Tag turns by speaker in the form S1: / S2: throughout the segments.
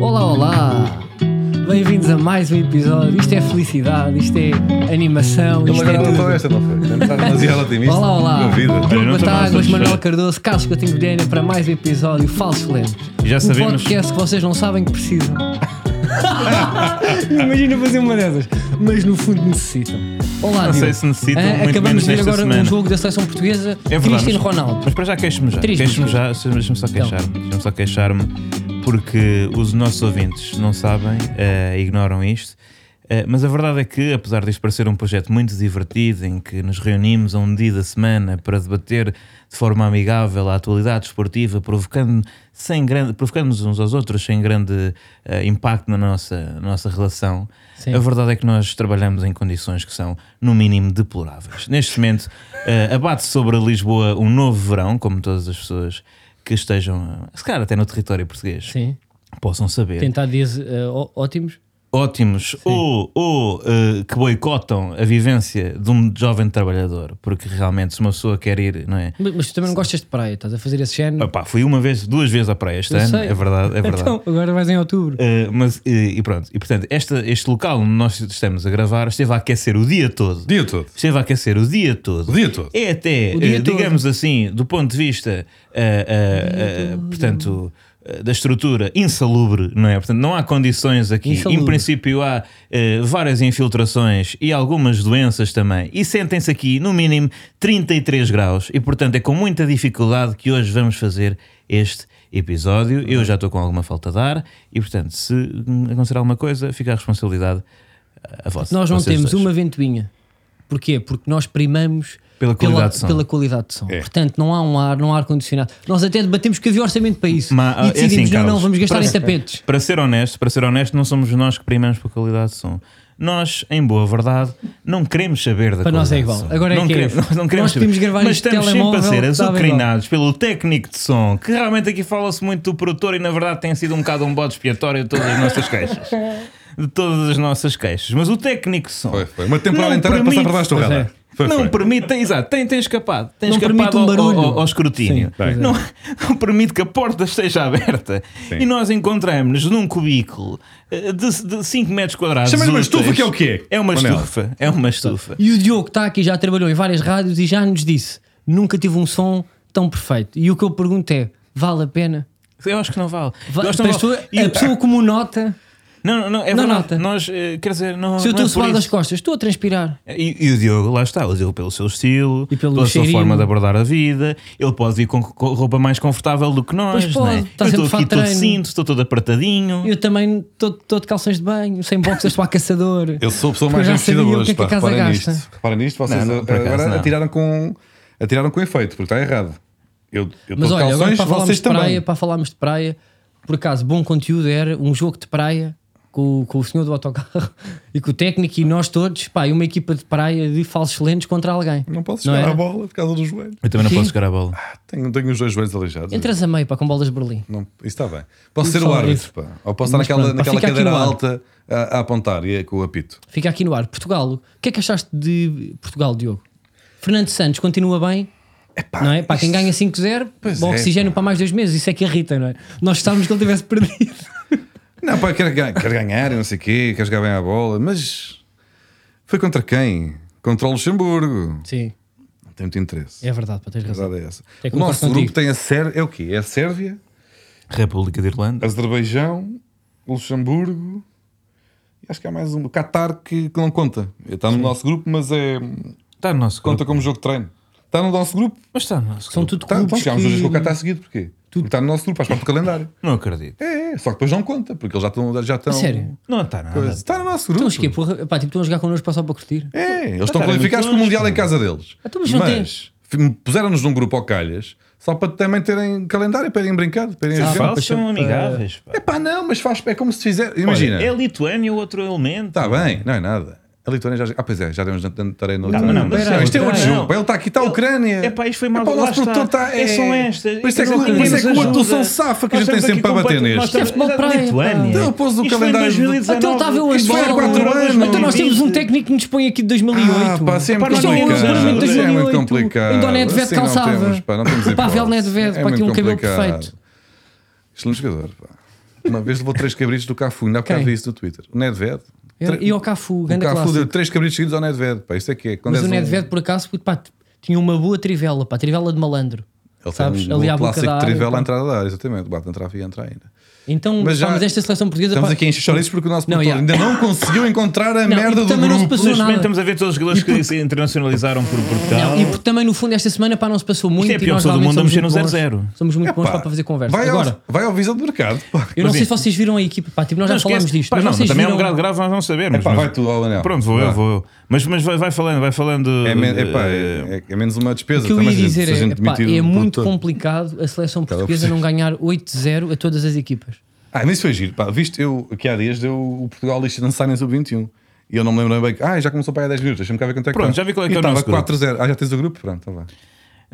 S1: Olá, olá! Bem-vindos a mais um episódio. Isto é felicidade, isto é animação,
S2: Ele
S1: isto é
S2: agora
S1: tudo.
S2: lançou esta, não foi? Não Está demasiado otimista.
S1: Olá, olá!
S2: Duvido.
S3: Eu não
S1: Diogo
S3: estou nada
S1: Batáguas,
S3: satisfeito.
S1: Manuel Cardoso, Carlos Coutinho Vilhena para mais um episódio Falso Lento.
S3: Já
S1: Um
S3: sabemos.
S1: podcast que vocês não sabem que precisam. Imagina fazer uma dessas. Mas no fundo necessitam. Olá,
S3: Não sei
S1: Diogo. Ah,
S3: se necessitam, muito
S1: Acabamos
S3: menos
S1: de ver
S3: nesta
S1: agora um
S3: semana.
S1: jogo da seleção portuguesa.
S3: É verdade.
S1: Cristiano
S3: mas-
S1: Ronaldo.
S3: Mas para já queixo-me já.
S1: Triste,
S3: Queixo-me
S1: mas-
S3: já. Deixa-me só queixar-me. Deixa-me só queixar-me. Porque os nossos ouvintes não sabem, eh, ignoram isto. eh, mas a verdade é que, apesar disto parecer um projeto muito divertido, em que nos reunimos a um dia da semana para debater de forma amigável a atualidade esportiva, provocando sem grande, provocando-nos uns aos outros sem grande eh, impacto na nossa, nossa relação,
S1: Sim.
S3: a verdade é que nós trabalhamos em condições que são, no mínimo, deploráveis. Neste momento, eh, abate sobre Lisboa um novo verão, como todas as pessoas que estejam, eh, se calhar até no território português,
S1: Sim.
S3: possam saber.
S1: Tentar dias eh, ó- ótimos.
S3: Ótimos, ou, ou eh, que boicotam a vivência de um jovem trabalhador, porque realmente, se uma pessoa quer ir, não é?
S1: Mas, mas tu também não gostas de praia, estás a fazer esse género.
S3: Opá, fui uma vez, duas vezes à praia este
S1: Eu
S3: ano,
S1: sei.
S3: é verdade, é verdade.
S1: Então, agora vais em outubro.
S3: Uh, mas, uh, e pronto, e portanto, esta- este local onde nós estamos a gravar esteve a aquecer o dia todo.
S2: Dia todo.
S3: Esteve a aquecer o dia todo.
S2: O dia todo.
S3: É até,
S1: O dia
S3: uh,
S1: todo.
S3: digamos assim, do ponto de vista, uh, uh, uh, portanto, uh, da estrutura insalubre, não é? Portanto, não há condições aqui.
S1: Insalubre.
S3: Em princípio, há uh, várias infiltrações e algumas doenças também. E sentem-se aqui, no mínimo, 33 graus. E portanto, é com muita dificuldade que hoje vamos fazer este episódio. Eu já estou com alguma falta de ar. E portanto, se hum, acontecer alguma coisa, fica a responsabilidade eh, a vossa.
S1: Nós não
S3: vocês
S1: temos
S3: dois.
S1: uma ventoinha. Porquê? Porque nós primamos
S3: Pela qualidade de som. É.
S1: pela qualidade de som. Portanto, não há um ar, não há ar-condicionado. Nós até debatemos que havia orçamento para isso.
S3: Ma- é
S1: e decidimos,
S3: assim,
S1: não, não,
S3: Carlos,
S1: vamos gastar
S3: para-
S1: em tapetes.
S3: Para ser honesto, para ser honesto, não somos nós que primamos pela qualidade de som. Nós, em boa verdade, não queremos saber da
S1: Para nós é
S3: qualidade de
S1: igual.
S3: som.
S1: Agora é
S3: não
S1: que é.
S3: queremos, nós não
S1: Nós
S3: queremos
S1: podemos
S3: saber.
S1: gravar
S3: Mas
S1: isto de
S3: estamos sempre a ser
S1: telemóvel, estava igual.
S3: azucrinados pelo técnico de som, que realmente aqui fala-se muito do produtor e na verdade tem sido um bocado um bode expiatório de todas as nossas queixas. De todas as nossas queixas. Mas o técnico de som.
S2: Foi, foi. Uma temporada
S3: não
S2: inteira a passar
S3: permite-
S2: por baixo do radar.
S1: é.
S2: Foi,
S3: não
S2: foi.
S3: permite, tem, exato, tem, tem escapado. Tem
S1: Não permite
S3: escapado
S1: um
S3: ao- ao,
S1: barulho.
S3: ao- ao escrutínio.
S1: Sim, pois é.
S3: não, não permite que a porta esteja aberta.
S2: Sim.
S3: E nós encontramos-nos num cubículo eh, de 5 metros quadrados.
S2: Chama-lhe uma
S3: úteis.
S2: estufa, que é o quê?
S3: É uma
S2: Manel?
S3: estufa. É uma estufa.
S1: E o Diogo está aqui, já trabalhou em várias rádios e já nos disse: nunca tive um som tão perfeito. E o que eu pergunto é: vale a pena?
S3: Eu acho que não vale.
S1: Va-
S3: Eu acho que
S1: para
S3: não
S1: a pessoa,
S3: vale. E-
S1: a pessoa como nota,
S3: Não, não, não, é
S1: Não
S3: verdade.
S1: nota.
S3: Nós, eh, quer dizer, não.
S1: se eu
S3: não
S1: estou
S3: é
S1: a
S3: por
S1: suar
S3: isso.
S1: das costas, estou a transpirar.
S3: E, e o Diogo, lá está, o Diogo pelo seu estilo,
S1: E pelo
S3: pela sua
S1: cheirinho.
S3: forma de abordar a vida, ele pode vir com, com roupa mais confortável do que nós,
S1: Pois
S3: não
S1: pode,
S3: é?
S1: está
S3: eu
S1: sempre de
S3: estou aqui
S1: fato
S3: todo
S1: treino.
S3: cinto, estou todo apertadinho.
S1: Eu também estou estou de calções de banho, sem boxers, estou a caçador.
S2: Eu sou a pessoa
S1: Porque
S2: mais
S1: eu já
S2: vestida
S1: sabia o
S2: hoje.
S1: que é que a
S2: pá,
S1: casa
S2: Reparem nisto.
S1: gasta.
S2: Reparem nisto, vocês
S3: Não, não, por acaso
S2: agora
S3: não.
S2: atiraram com. Atiraram com efeito, porque está errado. Eu eu
S1: Mas
S2: estou de
S1: olha, agora
S2: calções,
S1: para falarmos
S2: vocês
S1: de praia,
S2: também.
S1: para falarmos de praia, por acaso, bom conteúdo era um jogo de praia com, com o senhor do autocarro e com o técnico e nós todos, pá, e uma equipa de praia de falsos lentes contra alguém.
S2: Não posso
S1: Não é?
S2: jogar
S1: era?
S2: a bola por causa dos joelhos. Ah,
S3: Eu também não
S1: Sim.
S3: posso jogar a bola.
S2: Tenho, tenho os dois joelhos aleijados.
S1: Entras a meio, pá, com bolas de Berlim.
S2: Não, isso está bem.
S1: Vamos
S2: Posso ser o
S1: falar
S2: árbitro,
S1: disso.
S2: pá. Ou posso estar
S1: Mas
S2: naquela,
S1: pronto,
S2: naquela
S1: fica aqui
S2: cadeira
S1: no ar.
S2: alta a, a apontar e é com o apito.
S1: Fica aqui no ar. Portugal, o que é que achaste de Portugal, Diogo? Fernando Santos continua bem? não é? Para quem ganha 5-0,
S2: Pois
S1: bom
S2: é,
S1: oxigênio para mais dois meses, isso é que irrita, não é? Nós estávamos que ele tivesse perdido.
S2: Não, pá, quer, ga- quer ganhar, não sei o quê, quer jogar bem à bola, mas foi contra quem? Contra o Luxemburgo.
S1: Sim,
S2: Não tem muito interesse.
S1: é verdade, pá, tens
S2: A
S1: razão.
S2: verdade é essa.
S1: É que
S2: o nosso
S1: concordo contigo.
S2: grupo tem a Sér... é o quê? É a Sérvia,
S3: República de Irlanda.
S2: Azerbaijão, Luxemburgo e acho que há mais um. O Qatar que, que não conta. Está no nosso grupo, mas é.
S3: Está Tá no nosso
S2: Conta
S3: grupo.
S2: como jogo de treino. Está no nosso grupo.
S3: Mas está no nosso
S1: São
S3: grupo.
S1: tudo
S2: Tá, então
S1: clubes
S2: chegámos hoje com o
S1: que...
S2: Qatar seguido, porquê? Porque está no nosso grupo, faz parte do calendário.
S3: Não acredito.
S2: É, é, só que depois não conta, porque eles já estão. Já estão
S1: sério?
S3: Não está nada.
S2: Coisa. Está no nosso grupo.
S1: Estão a porra, pá, tipo, estão a jogar connosco para só para curtir.
S2: É, eles estão
S3: tá,
S2: qualificados para
S3: é muito
S2: o
S3: longe,
S2: Mundial
S3: pá.
S2: em casa deles.
S1: Ah, então, mas não
S2: f- puseram-nos num grupo ao calhas só para também terem calendário para irem brincar, para
S1: Ah,
S2: irem
S3: Os
S2: jogar.
S3: falsos são amigáveis. pá.
S2: É pá, não, mas faz, é como se fizer.
S3: Olha,
S2: Imagina,
S3: É Lituânia, o outro elemento.
S2: está bem, não é nada. A Lituânia já. Ah, pois é, já demos na tarei no.
S3: Não,
S2: Lituânia.
S3: não, mas
S2: Não,
S1: espera,
S2: isto é outro
S1: espera,
S2: jogo.
S3: não.
S2: Ele está aqui, está a
S3: Ele-
S2: Ucrânia.
S3: é pá, isto foi mal-
S2: É pá, o
S3: lá
S2: nosso
S3: está.
S2: produtor está.
S3: É, são estas.
S2: Por isso é que,
S3: Isto é que
S2: por isso é que o
S3: ninguém nos
S2: outro são
S3: ajuda.
S2: safa que a
S3: Nós
S2: gente tem
S3: estamos
S2: sempre para
S3: aqui
S2: bater
S3: com- nós
S2: neste.
S3: estamos-
S1: Isto é futebol
S3: Era de
S1: praia,
S3: Lituânia.
S1: pá.
S2: Então, eu pus o
S3: Isto foi em
S2: calendário de-
S3: 2019.
S1: Então ele estava eu a
S3: Isto foi há
S1: jogar.
S3: quatro
S1: Então
S3: anos.
S1: Então nós temos um
S3: 2020.
S1: técnico que nos põe aqui de 2008.
S2: Ah, pá, sempre
S1: Isto é um
S3: complicado.
S1: experimento de
S3: É muito
S1: 2008.
S2: complicado.
S1: Ainda o Nedved
S2: Assim não
S1: calçava.
S2: temos, pá, não temos
S1: o Pavel
S2: hipótese.
S1: Nedved,
S2: É
S1: pá, tinha um
S2: muito
S1: cabelo
S2: complicado.
S1: perfeito.
S2: Excelente jogador, pá. Uma vez levou três cabritos do Cafu, ainda há bocado
S1: Quem?
S2: vi isso no Twitter. O Nedved.
S1: Era-
S2: Tre-
S1: E ao Cafu,
S2: o
S1: grande
S2: Cafu
S1: clássico.
S2: deu três cabritos seguidos ao Nedved. Pá, isso é que é. Quando
S1: Mas
S2: és
S1: o
S2: um-
S1: Nedved, por acaso, puto, pá, t- tinha uma boa trivela, pá, trivela de malandro.
S2: Ele
S1: sabes,
S2: tem um
S1: ali
S2: bom
S1: à boca
S2: clássico
S1: da
S2: de
S1: área,
S2: trivela
S1: pá.
S2: à entrada da área, exatamente. Bate na trave e entra ainda.
S1: Então,
S2: Mas
S1: mas,
S2: já-
S1: mas esta seleção portuguesa.
S2: Estamos
S1: pá,
S2: aqui a encher isso porque o nosso
S1: Não,
S2: produtor ainda não conseguiu encontrar a
S1: Não, e
S2: merda do
S1: também não se
S2: grupo.
S1: passou
S3: Neste
S1: nada.
S3: momento estamos a ver todos os jogadores que se internacionalizaram por Portugal.
S1: Não, e porque também no fundo esta semana pá, não se passou muito
S3: é a
S1: e
S3: pior
S1: nós
S3: pessoa do
S1: realmente
S3: mundo um a
S1: somos
S3: mexer
S1: muito
S3: no
S1: bons.
S3: 0-0.
S1: Somos muito bons
S2: Epá,
S1: pá, para fazer conversa.
S2: Vai,
S1: Agora,
S2: ao, vai ao visão do mercado. Pá.
S1: eu não
S3: Mas
S1: sei
S3: é-
S1: se vocês viram a equipa, pá, tipo, nós
S3: Não
S1: já falámos
S3: esquece-
S1: disto.
S3: Pá,
S1: mas
S3: não,
S1: vocês
S3: também é um
S1: viram-
S3: grau grave, nós não sabemos.
S2: Epá,
S3: mas-
S2: vai tu, ao Anel.
S3: Ah, Pronto, vou eu,
S2: Vá.
S3: vou eu. Mas, mas vai, vai falando, vai falando.
S2: É, men-
S3: eh,
S2: epá, é- é- é menos uma despesa.
S1: O que eu
S2: também,
S1: ia
S2: se a
S1: dizer
S2: gente- se a
S1: é,
S2: gente
S1: pá,
S2: demitir
S1: é
S2: o
S1: muito
S2: produtor.
S1: complicado a seleção
S2: Cada
S1: portuguesa
S2: por
S1: não ganhar 8-0 a todas as equipas.
S2: Ah, mas isso foi giro. Pá, viste, eu aqui há dias deu o Portugal lista de lançar em sub-21. E eu não me lembro bem. que- Ah, já começou para aí há 10 minutos. Deixa-me cá ver quanto é que
S3: Pronto,
S2: está.
S3: já vi qual é
S2: E
S3: que é o
S2: estava
S3: nosso grupo.
S2: 4-0. Ah, já tens o grupo? Pronto, então vá.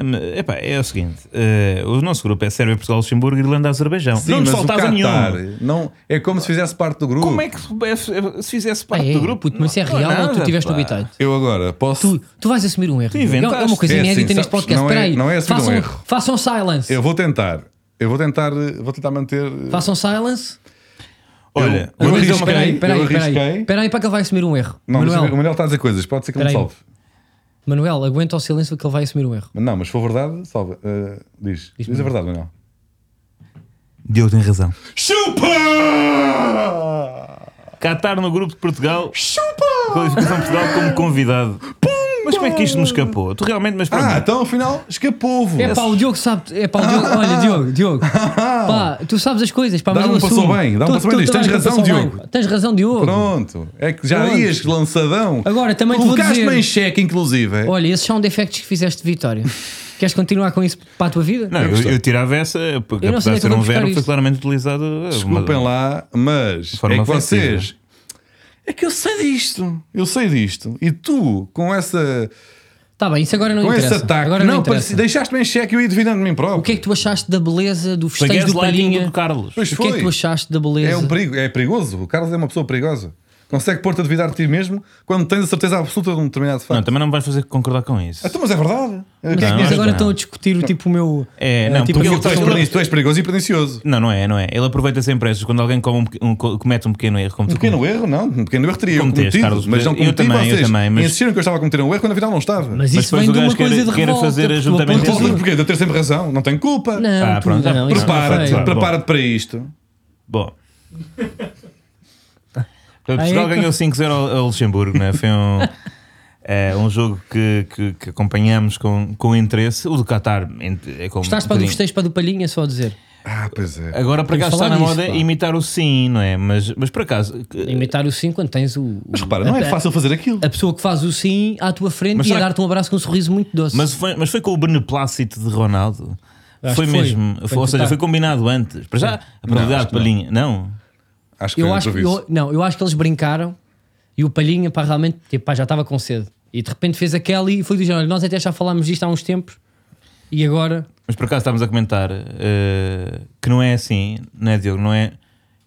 S3: Hum, Epá, é o seguinte: eh, o nosso grupo é Sérvia, Portugal, Luxemburgo, Irlanda, Azerbaijão.
S2: Sim,
S3: não nos
S2: mas
S3: faltava
S2: o Qatar,
S3: nenhum.
S2: Não, é como se fizesse parte do grupo.
S3: Como é que se- é- se fizesse
S1: Pá,
S3: parte
S1: é,
S3: do grupo?
S1: puto, mas se é
S3: Não,
S1: real ou tu
S3: nada,
S1: tiveste
S3: pá.
S1: o bitite?
S2: Eu agora posso.
S1: Tu, tu vais assumir um erro. Diogo. É uma- é uma
S3: inventaste.
S1: coisa
S2: É assim,
S1: inédita
S2: sabes,
S1: neste podcast.
S2: não é-
S1: Espera aí,
S2: não é assumir um
S1: façam,
S2: erro.
S1: façam silence.
S2: Eu vou tentar. Eu vou tentar. eh, Vou tentar manter. eh,
S1: Façam silence.
S3: Olha,
S2: Eu
S3: vou dizer uma
S2: arrisquei.
S1: Espera aí, espera aí,
S3: coisa.
S2: eu
S1: espera aí.
S2: arrisquei.
S1: Espera aí para que ele vai assumir um erro.
S2: Não, mas o
S1: Manuel,
S2: Manuel está a dizer coisas. Pode ser que ele me
S1: Espera aí.
S2: salve.
S1: Manuel, aguenta o silêncio que ele vai assumir um erro.
S2: Mas Não, mas se for verdade, salve. Eh, diz. Diz, a verdade, Manuel.
S3: Diogo tem razão.
S2: Chupa!
S3: Qatar no grupo de Portugal,
S2: Chupa!
S3: qualificação de Portugal como convidado. Mas como é que isto nos escapou? Tu realmente, mas pronto.
S2: Ah, então afinal escapou-vos.
S1: É pá, o Diogo sabe. É pá, o Diogo. Olha, Diogo, Diogo. Pá, tu sabes as coisas. Pá, mas
S2: Dá-me
S1: eu
S2: um passou
S1: assumo.
S2: bem, dá-me
S1: Tu-
S2: passou
S1: tu
S2: bem nisto. Tens
S1: também
S2: razão,
S1: passou
S2: Diogo.
S1: bem, pá. Tens razão, Diogo.
S2: Pronto, é que já
S1: Pronto.
S2: ias lançadão.
S1: Agora, também te vou
S2: Colocaste-me
S1: dizer-
S2: em xeque, inclusive.
S1: Olha, esses são defectos que fizeste de Vitória. Queres continuar com isso para a tua vida?
S3: Não, eu, eu tirava essa, porque
S1: Eu não
S3: apesar
S1: sei
S3: de
S1: onde é que
S3: ser
S1: eu vou buscar
S3: um verbo, foi
S1: isto.
S3: claramente utilizado. eh,
S2: Desculpem
S3: uma-
S2: lá, mas
S3: forma
S2: é que
S3: ofensiva.
S2: vocês. É que eu sei disto. Eu sei disto. E tu, com essa.
S1: Tá bem, isso agora não
S2: com
S1: interessa.
S2: esse ataque.
S1: Agora não,
S2: não,
S1: interessa.
S2: parece- deixaste-me em xeque eu ia adivinhando de mim próprio.
S1: O que é que tu achaste da beleza do
S3: Foi
S1: festejo do
S3: gaslighting
S1: Palhinha?
S3: do Carlos.
S2: Pois
S1: O que é que
S2: foi.
S1: tu achaste da beleza?
S2: É um perigo, é perigoso. O Carlos é uma pessoa perigosa. Consegue pôr-te a duvidar de ti mesmo quando tens a certeza absoluta de um determinado
S3: Não,
S2: facto.
S3: também não me vais fazer concordar com isso.
S2: Então, mas é verdade. O que é que
S3: Não,
S1: Mas
S2: diz-
S1: agora
S3: não.
S1: estão a discutir o tipo o meu.
S3: É,
S1: eh,
S3: não,
S1: tipo,
S3: porque
S1: a
S2: Tu
S1: minha
S3: ele está
S1: opinião.
S2: és
S3: sobre
S2: pernici- tu és perigoso e pernicioso.
S3: Não, não é, não é. Ele aproveita sempre essas. Quando alguém come um pequ- um co- comete um pequeno erro, como
S2: Um
S3: tu
S2: pequeno erro, não. Um pequeno erro teria
S3: Cometeste,
S2: cometido,
S3: Carlos,
S2: mas não
S3: eu
S2: cometi
S3: também, eu
S2: vocês.
S3: também, mas-
S2: Insistiram que eu estava a cometer um erro quando afinal não estava.
S1: Mas
S3: Mas
S1: isso
S3: depois
S1: vem
S3: o
S1: de uma
S3: gajo quer-
S1: coisa de
S3: quer
S1: revolta.
S3: fazer
S1: porque tu
S3: ajuntamento
S1: apontas-
S2: Revolta porquê? De eu ter sempre razão, não tenho culpa.
S1: Não,
S3: Ah,
S1: tu-
S3: pronto, já-
S1: não, um isso não
S2: Prepara-te,
S1: foi.
S3: Claro,
S2: prepara-te para isto.
S3: Bom. Portanto,
S1: Aí
S3: Portugal
S1: é que-
S3: ganhou 5-0 ao ao Luxemburgo, né? foi um, é, um jogo que, que, que acompanhamos com, com interesse. O do Qatar ent- é como.
S1: Gostaste
S3: um
S1: para do
S3: bocadinho-
S1: festejo para do Palhinha, só a dizer.
S2: Ah, pois é.
S3: Agora, para
S1: Temos
S3: cá
S1: de
S3: está
S1: falar
S3: na
S1: disso,
S3: moda
S1: pá.
S3: imitar o sim, não é? Mas, mas por acaso. que-
S1: Imitar o sim quando tens o.
S2: Mas repara, não
S1: a,
S2: é fácil fazer aquilo.
S1: A pessoa que faz o sim à tua frente
S3: Mas
S1: e a
S3: será
S1: dar-te um abraço com um sorriso muito doce.
S3: Mas foi, mas foi com o beneplácito de Ronaldo.
S1: Acho
S3: Foi
S1: que foi.
S3: mesmo.
S1: Foi
S3: ou seja,
S1: tentar.
S3: foi combinado antes. Para já, a probabilidade
S2: acho
S3: de
S2: que não.
S3: palhinha. Não.
S2: Acho que
S1: eu
S2: foi
S1: acho que,
S2: improviso.
S1: eu- não, eu acho que eles brincaram e o Palhinha pá, realmente tipo, pá, já estava com sede. E de repente fez aquela e foi do género. "Olha, Nós até já falámos disto há uns tempos e agora.
S3: Mas por acaso estávamos a comentar eh, que não é assim, não é, Diogo? Não é,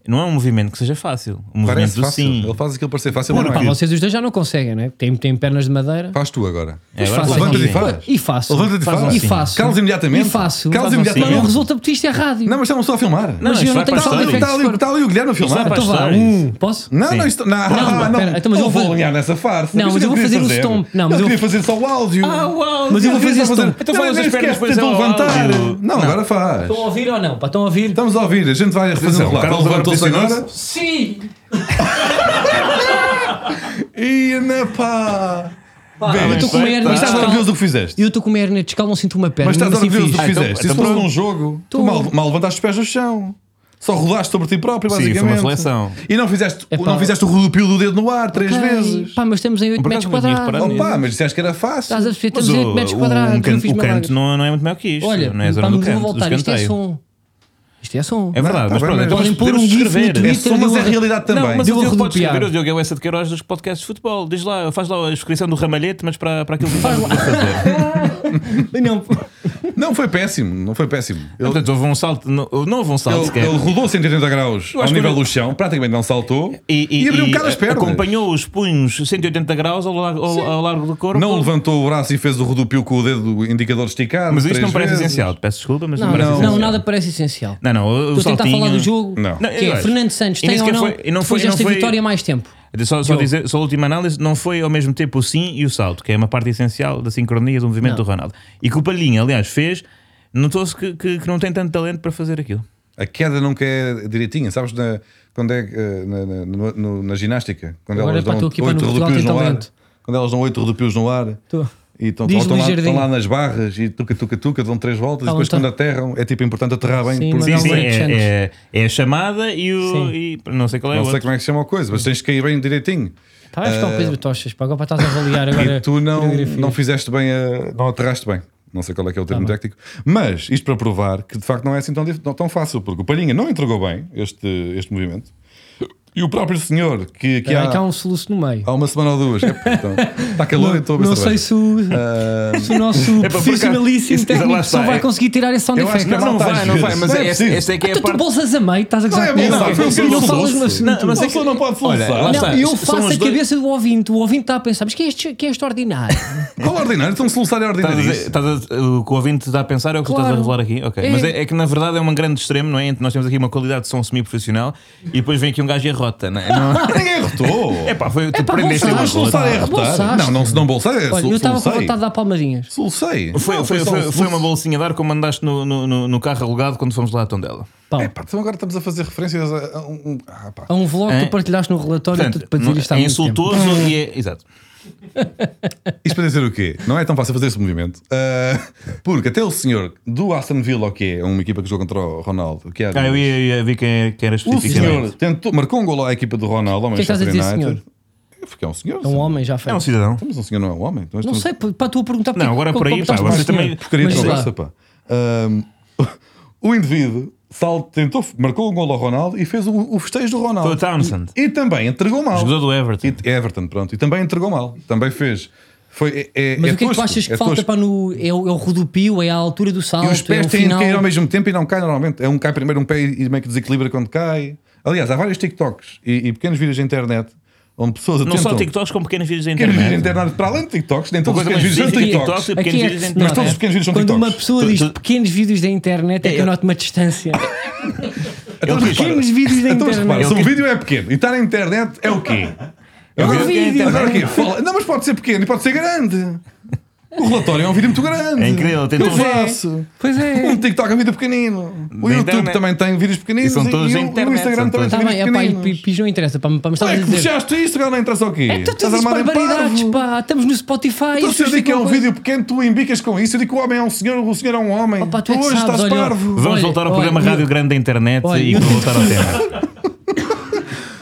S3: não é um movimento que seja fácil. O movimento
S2: Parece
S3: do
S2: fácil.
S3: sim.
S2: Ele faz aquilo parecer fácil,
S1: Pá,
S2: mas não é.
S1: vocês os dois já não conseguem, né? Têm, têm pernas de madeira.
S2: Faz tu agora.
S3: É, agora
S1: faço
S3: faz
S2: Levanta-te
S3: um
S2: e
S3: sim.
S2: faz.
S1: E faço.
S2: Levanta-te e
S3: Faz um
S2: faz.
S1: E
S3: sim.
S1: faço.
S2: Calas imediatamente.
S1: E faço.
S2: Calas
S1: Faz um
S2: imediatamente.
S1: sim. Mas não resulta porque isto é rádio.
S2: Não, mas estamos só a filmar.
S3: Não,
S1: Mas
S3: isto
S1: eu não
S3: vai
S1: tenho
S3: para
S1: nada
S2: Está
S3: a
S1: a
S2: ali,
S1: ver
S3: história.
S2: está,
S1: com
S2: ali,
S1: isso.
S2: está ali o Guilherme a filmar.
S3: para
S1: Então vá,
S3: histórias.
S1: um. Posso?
S2: Não,
S3: Sim.
S2: não, isto, não, não, não,
S1: espera, então, mas eu
S2: não
S1: vou-
S2: vou alinhar nessa farsa.
S1: Não, mas
S2: Isto
S1: eu vou
S2: queria
S1: fazer o stomp. Não,
S2: eu
S1: mas eu-
S2: queria fazer só o áudio.
S3: uau!
S1: Mas eu vou
S2: queria
S1: fazer
S2: só
S1: stomp.
S3: Então faz
S2: Não, nem
S3: as pernas,
S2: sequer
S3: depois
S2: tentam
S3: é o
S2: levantar.
S3: áudio.
S2: Não, agora faz.
S1: Estão a ouvir ou não? Pá, Estão a ouvir?
S2: Estamos a ouvir, a gente vai fazer um
S3: o
S2: relato.
S3: Carlos
S2: Ele levantou-se
S3: agora
S2: agora.
S1: Sim!
S2: E na pá.
S1: Pá, eu estou com uma hernia
S2: Mas estás
S1: discal.
S2: orgulhoso do que fizeste.
S1: Eu estou com uma hernia discal, não sinto uma perna.
S2: Mas estás
S1: mesmo assim
S2: orgulhoso do
S1: fiz.
S2: que
S3: Ah, então-
S2: fizeste. Isso
S3: então
S2: fosse
S3: pronto.
S2: num jogo. Tu
S1: Tu-
S2: mal mal levantaste os pés do chão. Só rodaste sobre ti próprio,
S3: Sim, foi
S2: basicamente.
S3: uma flexão.
S2: E não fizeste,
S1: Epá.
S2: não fizeste o rodopio do dedo no ar três
S1: Ok,
S2: vezes.
S1: Pá, mas estamos em 8
S3: Por
S1: metros
S3: acaso não tinha reparado
S1: quadrados.
S3: nisso.
S2: Opa, mas disseste que era fácil.
S1: Estás a perceber?
S3: Mas
S1: Estamos em 8 metros
S3: o-
S1: quadrados.
S3: um
S1: eu
S3: can-
S1: fiz
S3: o
S1: milagres.
S3: canto não, não é muito maior que isto.
S1: Olha,
S3: não é a zona
S1: pá,
S3: do
S1: mas eu
S3: canto,
S1: vou voltar.
S3: dos
S1: Isto é
S3: canteios.
S1: som. Isto é som.
S3: É verdade,
S2: Não,
S3: mas
S2: tá bem,
S3: pronto.
S2: mas
S3: então
S1: Podem
S3: podemos
S1: pôr um gif no
S3: descrever.
S2: É
S1: Twitter.
S2: som, mas é realidade
S3: Não,
S2: também.
S3: mas
S1: Deu
S3: o
S1: a
S3: Diogo pode
S1: rodopiar.
S3: escrever, o Diogo é o essa de Queiroz dos podcasts de futebol. Diz lá, faz lá a descrição do ramalhete, mas para, para aquilo que faz
S1: Não.
S2: Não foi péssimo, não foi péssimo. Ele,
S3: Portanto, houve um salto, não, não houve um salto
S2: ele,
S3: sequer.
S2: ele rodou 180 graus ao
S3: acho que
S2: nível
S3: eu-
S2: do chão, praticamente não saltou
S3: E, e,
S2: abriu um
S3: e
S2: bocado as pernas.
S3: acompanhou os punhos 180 graus ao, lar- ao, ao largo do corpo.
S2: Não levantou o braço e fez o rodopio com o dedo do indicador esticado.
S3: mas isto
S2: três
S3: não parece
S2: vezes.
S3: essencial. Peço desculpa, mas não,
S1: Não,
S3: parece
S1: não,
S3: essencial.
S1: nada parece essencial.
S3: Não, não, o, o
S1: Estou a tentar
S3: saltinho-
S1: falar do jogo.
S2: Não.
S3: Não,
S1: Que
S3: eu
S1: é,
S3: acho.
S1: Fernando Santos
S3: E nem
S1: tem ou não,
S3: sequer foi- e não foi-
S1: depois
S3: e não
S1: desta
S3: foi-
S1: vitória mais tempo.
S3: Só, só,
S1: Diogo.
S3: dizer, só a última análise, não foi ao mesmo tempo o sim e o salto, que é uma parte essencial da sincronia do movimento
S1: Não.
S3: do Ronaldo. E que o Palhinha, aliás, fez, notou-se que, que, que não tem tanto talento para fazer aquilo.
S2: A queda nunca é direitinha, sabes? Na, quando é eh, na, na- no- no- na ginástica, quando
S1: Agora é
S2: elas
S1: para a tua
S2: dão
S1: equipa no
S2: oito
S1: Portugal
S2: rodopios
S1: tem
S2: no ar,
S1: talento.
S2: quando elas dão oito rodopios no ar
S1: Tô.
S2: e estão,
S1: Diz
S2: estão,
S1: Luís
S2: lá,
S1: Jardim.
S2: estão lá nas barras e tuca, tuca, tuca, dão três voltas
S1: Tá
S2: e depois
S1: bom, tá.
S2: quando aterram é tipo importante aterrar bem.
S1: Sim,
S2: porque
S1: mas
S3: Sim,
S1: Não,
S3: sim,
S1: não é
S3: é,
S1: Santos.
S3: é- é a chamada e o.
S1: Sim.
S3: E, não sei qual é o
S2: não sei
S3: outro.
S2: como é que se chama a coisa, mas tens que cair bem direitinho.
S1: Tá, vai ficar o
S3: Eh,
S1: Pedro Tochas, pá, agora para estás a avaliar agora.
S2: E tu não,
S1: coreografias.
S2: não fizeste bem, a, não aterraste bem. Não sei qual é que é o termo
S1: Tá
S2: técnico. Mas isto para provar que de facto não é assim tão, dif- não- tão fácil, porque o Palhinha não entregou bem este, este movimento. E o próprio senhor, que, que
S1: Espera aí,
S2: há-
S1: que há um soluço no meio.
S3: Ah,
S2: Há uma semana ou duas. É, então, está calor e estou a
S1: não não
S2: beber
S1: sei
S2: cerveja.
S1: se o, se o nosso
S3: É pá, por acaso,
S1: profissionalíssimo
S3: isso-
S1: técnico
S3: lá está,
S1: só vai
S3: é.
S1: conseguir tirar esse sound
S2: Eu acho
S1: effect.
S2: que é
S1: Ah,
S2: mal-
S3: Não, não
S2: Malta,
S3: vai,
S2: às
S3: não vai,
S2: vezes.
S3: mas
S2: Não é
S3: esta,
S2: preciso.
S3: esta é que é a
S1: Então tu
S3: parte.
S1: bolsas a meio, estás a
S2: Não é
S1: gozar
S2: bom,
S1: comigo.
S2: não, foi um
S1: não falas no
S2: soluço.
S1: assunto.
S3: Não, mas é que-
S2: Só não pode
S3: Olha,
S2: funcionar.
S3: lá
S2: Não,
S3: está.
S1: Não, eu
S3: são
S1: faço
S3: os
S1: a
S3: dois-
S1: cabeça do ouvinte. O ouvinte está a pensar, mas quem é este, quem é este ordinário?
S2: Qual é ordinário? Então, soluçar é
S3: Estás Tá a
S2: ordinário.
S3: dizer- estás a- o que o ouvinte está a pensar é o que tu
S1: Claro.
S3: estás a revelar aqui. ok
S1: É.
S3: Mas é, é que na verdade é um grande extremo, não é? Entre Nós temos aqui uma qualidade de som semi-profissional e depois vem aqui um gajo e arrota, não é? Não-
S2: Ninguém rotou.
S3: É pá, tá foi, tu
S1: pá, bolsar,
S3: prendeste uma
S1: mas
S3: rota.
S2: Soluçar é rotar.
S1: Bolsaste.
S2: Não, não se não bolsar é
S1: Olha, eu estava com
S2: solucei.
S1: vontade de dar palmadinhas.
S2: Solucei.
S3: Foi,
S2: Não,
S3: foi,
S2: só
S3: foi,
S2: um
S3: foi
S2: soluço.
S3: uma bolsinha de ar como andaste no, no, no- no carro alugado quando fomos lá a Tondela.
S1: Pá,
S2: É, pá, então agora estamos a fazer referências a a um. um- ah, pá.
S1: Há um vlog que
S3: É.
S1: tu partilhaste no relatório
S3: Portanto,
S1: tudo para dizer
S3: não-
S1: isto há
S3: é
S1: muito tempo.
S3: insultoso e é. Exato.
S2: Isto para dizer o quê? Não é tão fácil fazer esse movimento. Ah, porque até o senhor do Aston Villa, o que é uma equipa que jogou contra o Ronaldo, que era.
S3: Ah, eu ia, eu ia ver quem é- quem era
S2: O senhor
S3: especificamente.
S2: tentou, marcou um gol à equipa do Ronaldo, ao
S1: que é que
S2: Manchester
S1: estás a dizer,
S2: United. Porque é um senhor.
S1: É um homem já foi.
S3: É um cidadão.
S2: Mas um senhor não é um homem. Nós
S1: Não
S2: estamos-
S1: sei, pá, pá, estou a perguntar
S3: Não, agora por aí, pá,
S1: estás
S3: vocês
S1: com
S3: também-
S1: senhor.
S2: porcaria de
S1: Mas lá,
S2: conversa, pá. Ahm, o indivíduo sal, tentou, marcou um gol ao Ronaldo e fez o, o festejo do Ronaldo.
S3: Foi o Townsend.
S2: E, e também entregou mal.
S3: Jogador do Everton.
S2: E, Everton, pronto. E também entregou mal. Também fez. Foi, é, é,
S1: Mas
S2: é
S1: o que é que tu
S2: tosco,
S1: achas que
S2: é
S1: falta
S2: tosco.
S1: para no. É o, é o rodopio, é a altura do salto,
S2: E os
S1: é
S2: pés
S1: o
S2: têm de
S1: final.
S2: cair ao mesmo tempo e não cai normalmente. É um cai primeiro, um pé e meio que desequilibra quando cai. Aliás, há vários TikToks e, e pequenos vídeos na internet onde pessoas
S3: Não só
S2: atentam.
S3: TikToks com pequenos vídeos da
S2: Pequenos vídeos na
S3: internet.
S2: internet, para além de TikToks, nem todos os
S3: coisa
S2: pequenos
S3: mais
S2: vídeos são
S3: específica,
S2: TikToks.
S3: TikToks, pequenos
S1: Aqui é-
S3: vídeos da
S1: não,
S3: internet.
S2: Mas todos os pequenos vídeos são
S1: Quando
S2: TikToks.
S1: uma pessoa
S3: Tu-
S1: diz
S3: tu-
S1: pequenos vídeos da internet, é que eu noto uma distância.
S3: é
S2: Então, mas repara-
S1: pequenos vídeos da
S2: então, mas repara,
S1: internet.
S2: se um vídeo é pequeno e está na internet, é o quê?
S1: É um
S2: Agora-
S1: vídeo.
S2: Agora o quê? Fala- Não, mas pode ser pequeno e pode ser grande. O relatório é um vídeo muito grande.
S3: É incrível, tem
S2: Eu
S3: tudo.
S2: faço.
S1: Pois
S2: Um
S1: é.
S2: TikTok é um vídeo pequenino. O YouTube
S3: Da internet.
S2: também tem vídeos pequeninos.
S3: E são todos
S2: e
S3: da
S2: o-
S3: internet,
S2: O Instagram
S3: são
S2: também
S3: todos.
S1: Está
S2: tem
S1: bem,
S2: vídeos
S1: é pá, e
S2: pequeninos.
S1: pi- pis não interessa, para me
S2: Pá,
S1: estar a
S2: é que
S1: dizer.
S2: puxaste isto, agora não interessa o quê?
S1: É, tu
S2: Estás
S1: dizes
S2: armado em
S1: barbaridades,
S2: parvo.
S1: pá. Estamos no Spotify.
S2: Então,
S1: as
S2: se eu
S1: pessoas
S2: digo que é um
S1: ficam-
S2: vídeo pequeno, tu embicas com isso. Eu digo que o homem é um senhor, o senhor é um homem.
S1: Opa, tu
S2: tu
S1: é que
S2: hoje
S1: sabes,
S2: estás
S1: olha,
S2: parvo.
S3: Vamos
S1: Olha,
S3: voltar ao
S1: olha,
S3: programa
S1: eu-
S3: Rádio Grande da internet
S1: Olha,
S3: e
S1: eu-
S3: voltar ao tema.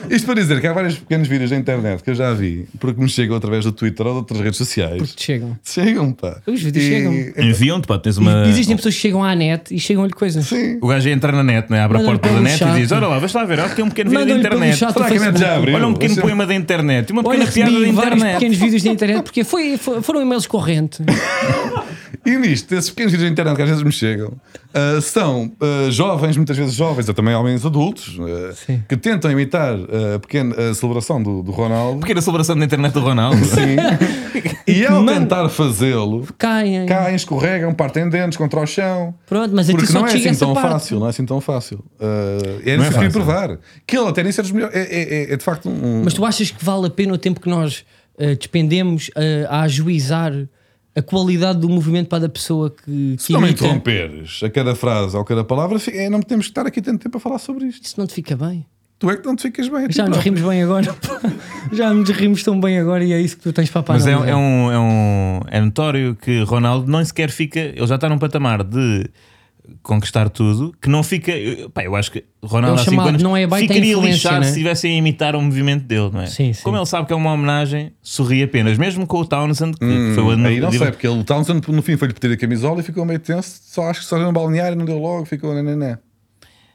S2: Isto para dizer que há vários pequenos vídeos da internet que eu já vi, porque me chegam através do Twitter ou de outras redes sociais.
S1: Porque chegam.
S2: Chegam, pá.
S1: Os vídeos
S2: E- é
S1: chegam.
S3: Enviam-te, pá, tens uma.
S1: Existem pessoas que chegam à net e chegam-lhe coisas.
S2: Sim.
S3: O gajo entra na net, não é? abre a
S1: Manda-lhe um
S3: porta da
S1: pelo
S3: net
S1: chat.
S3: e diz: Olha lá, vais lá ver, olha que tem um pequeno vídeo da
S1: Mandam-lhe pelo
S3: internet.
S1: chat do
S2: Será que a net
S1: Facebook.
S2: já abriu?
S3: Olha um pequeno
S2: Esse é-
S3: poema da internet e uma
S1: Olha,
S3: pequena piada da
S1: recebi vários pequenos
S3: internet.
S1: vídeos da internet porque foi, foi- foram e-mails corrente.
S2: E nisto, esses pequenos vídeos da internet que às vezes me chegam ah, são ah, jovens, muitas vezes jovens, ou também homens adultos, ah,
S1: Sim.
S2: que tentam imitar ah, a pequena a celebração do, do Ronaldo.
S3: Pequena celebração da internet do Ronaldo.
S2: Sim. e ao
S1: Mano.
S2: tentar fazê-lo,
S1: Caem.
S2: caem, escorregam, partem dentes contra o chão.
S1: Pronto, mas aqui
S2: Porque
S1: só
S2: não
S1: te
S2: é
S1: chega
S2: assim
S1: essa
S2: tão
S1: parte.
S2: fácil, não é assim tão fácil. Ah, é
S3: Não é
S2: isso que eu queria
S3: fácil.
S2: provar. Que ele até nem ser dos melhores. É, é- é- é de facto um.
S1: Mas tu achas que vale a pena o tempo que nós eh, despendemos eh, a ajuizar a qualidade do movimento para da pessoa que, que
S2: Se não me
S1: imita?
S2: interromperes a cada frase ou a cada palavra, fi- é, não temos que estar aqui tanto tempo a falar sobre isto.
S1: Isso não te fica bem?
S2: Tu é que não te ficas bem. a ti
S1: Já nos
S2: próprio.
S1: rimos bem agora. Já nos rimos tão bem agora e é isso que tu tens para
S3: Mas é,
S1: parar.
S3: é um, é, um, é notório que Ronaldo não sequer fica. Ele já está num patamar de conquistar tudo que não fica. eu- Pá, eu acho que Ronaldo
S1: É o
S3: há 5
S1: chamado
S3: anos
S1: não é bem, tem
S3: ficaria
S1: influência,
S3: lixado
S1: né?
S3: se estivessem a imitar o movimento dele, não é?
S1: Sim, sim.
S3: Como ele sabe que é uma homenagem, sorri apenas, mesmo com o Townsend, que foi o
S2: Aí não sei, porque ele, o Townsend no fim foi-lhe pedir a camisola e ficou meio tenso. Só acho que só deu um balneário não deu logo, ficou nananã.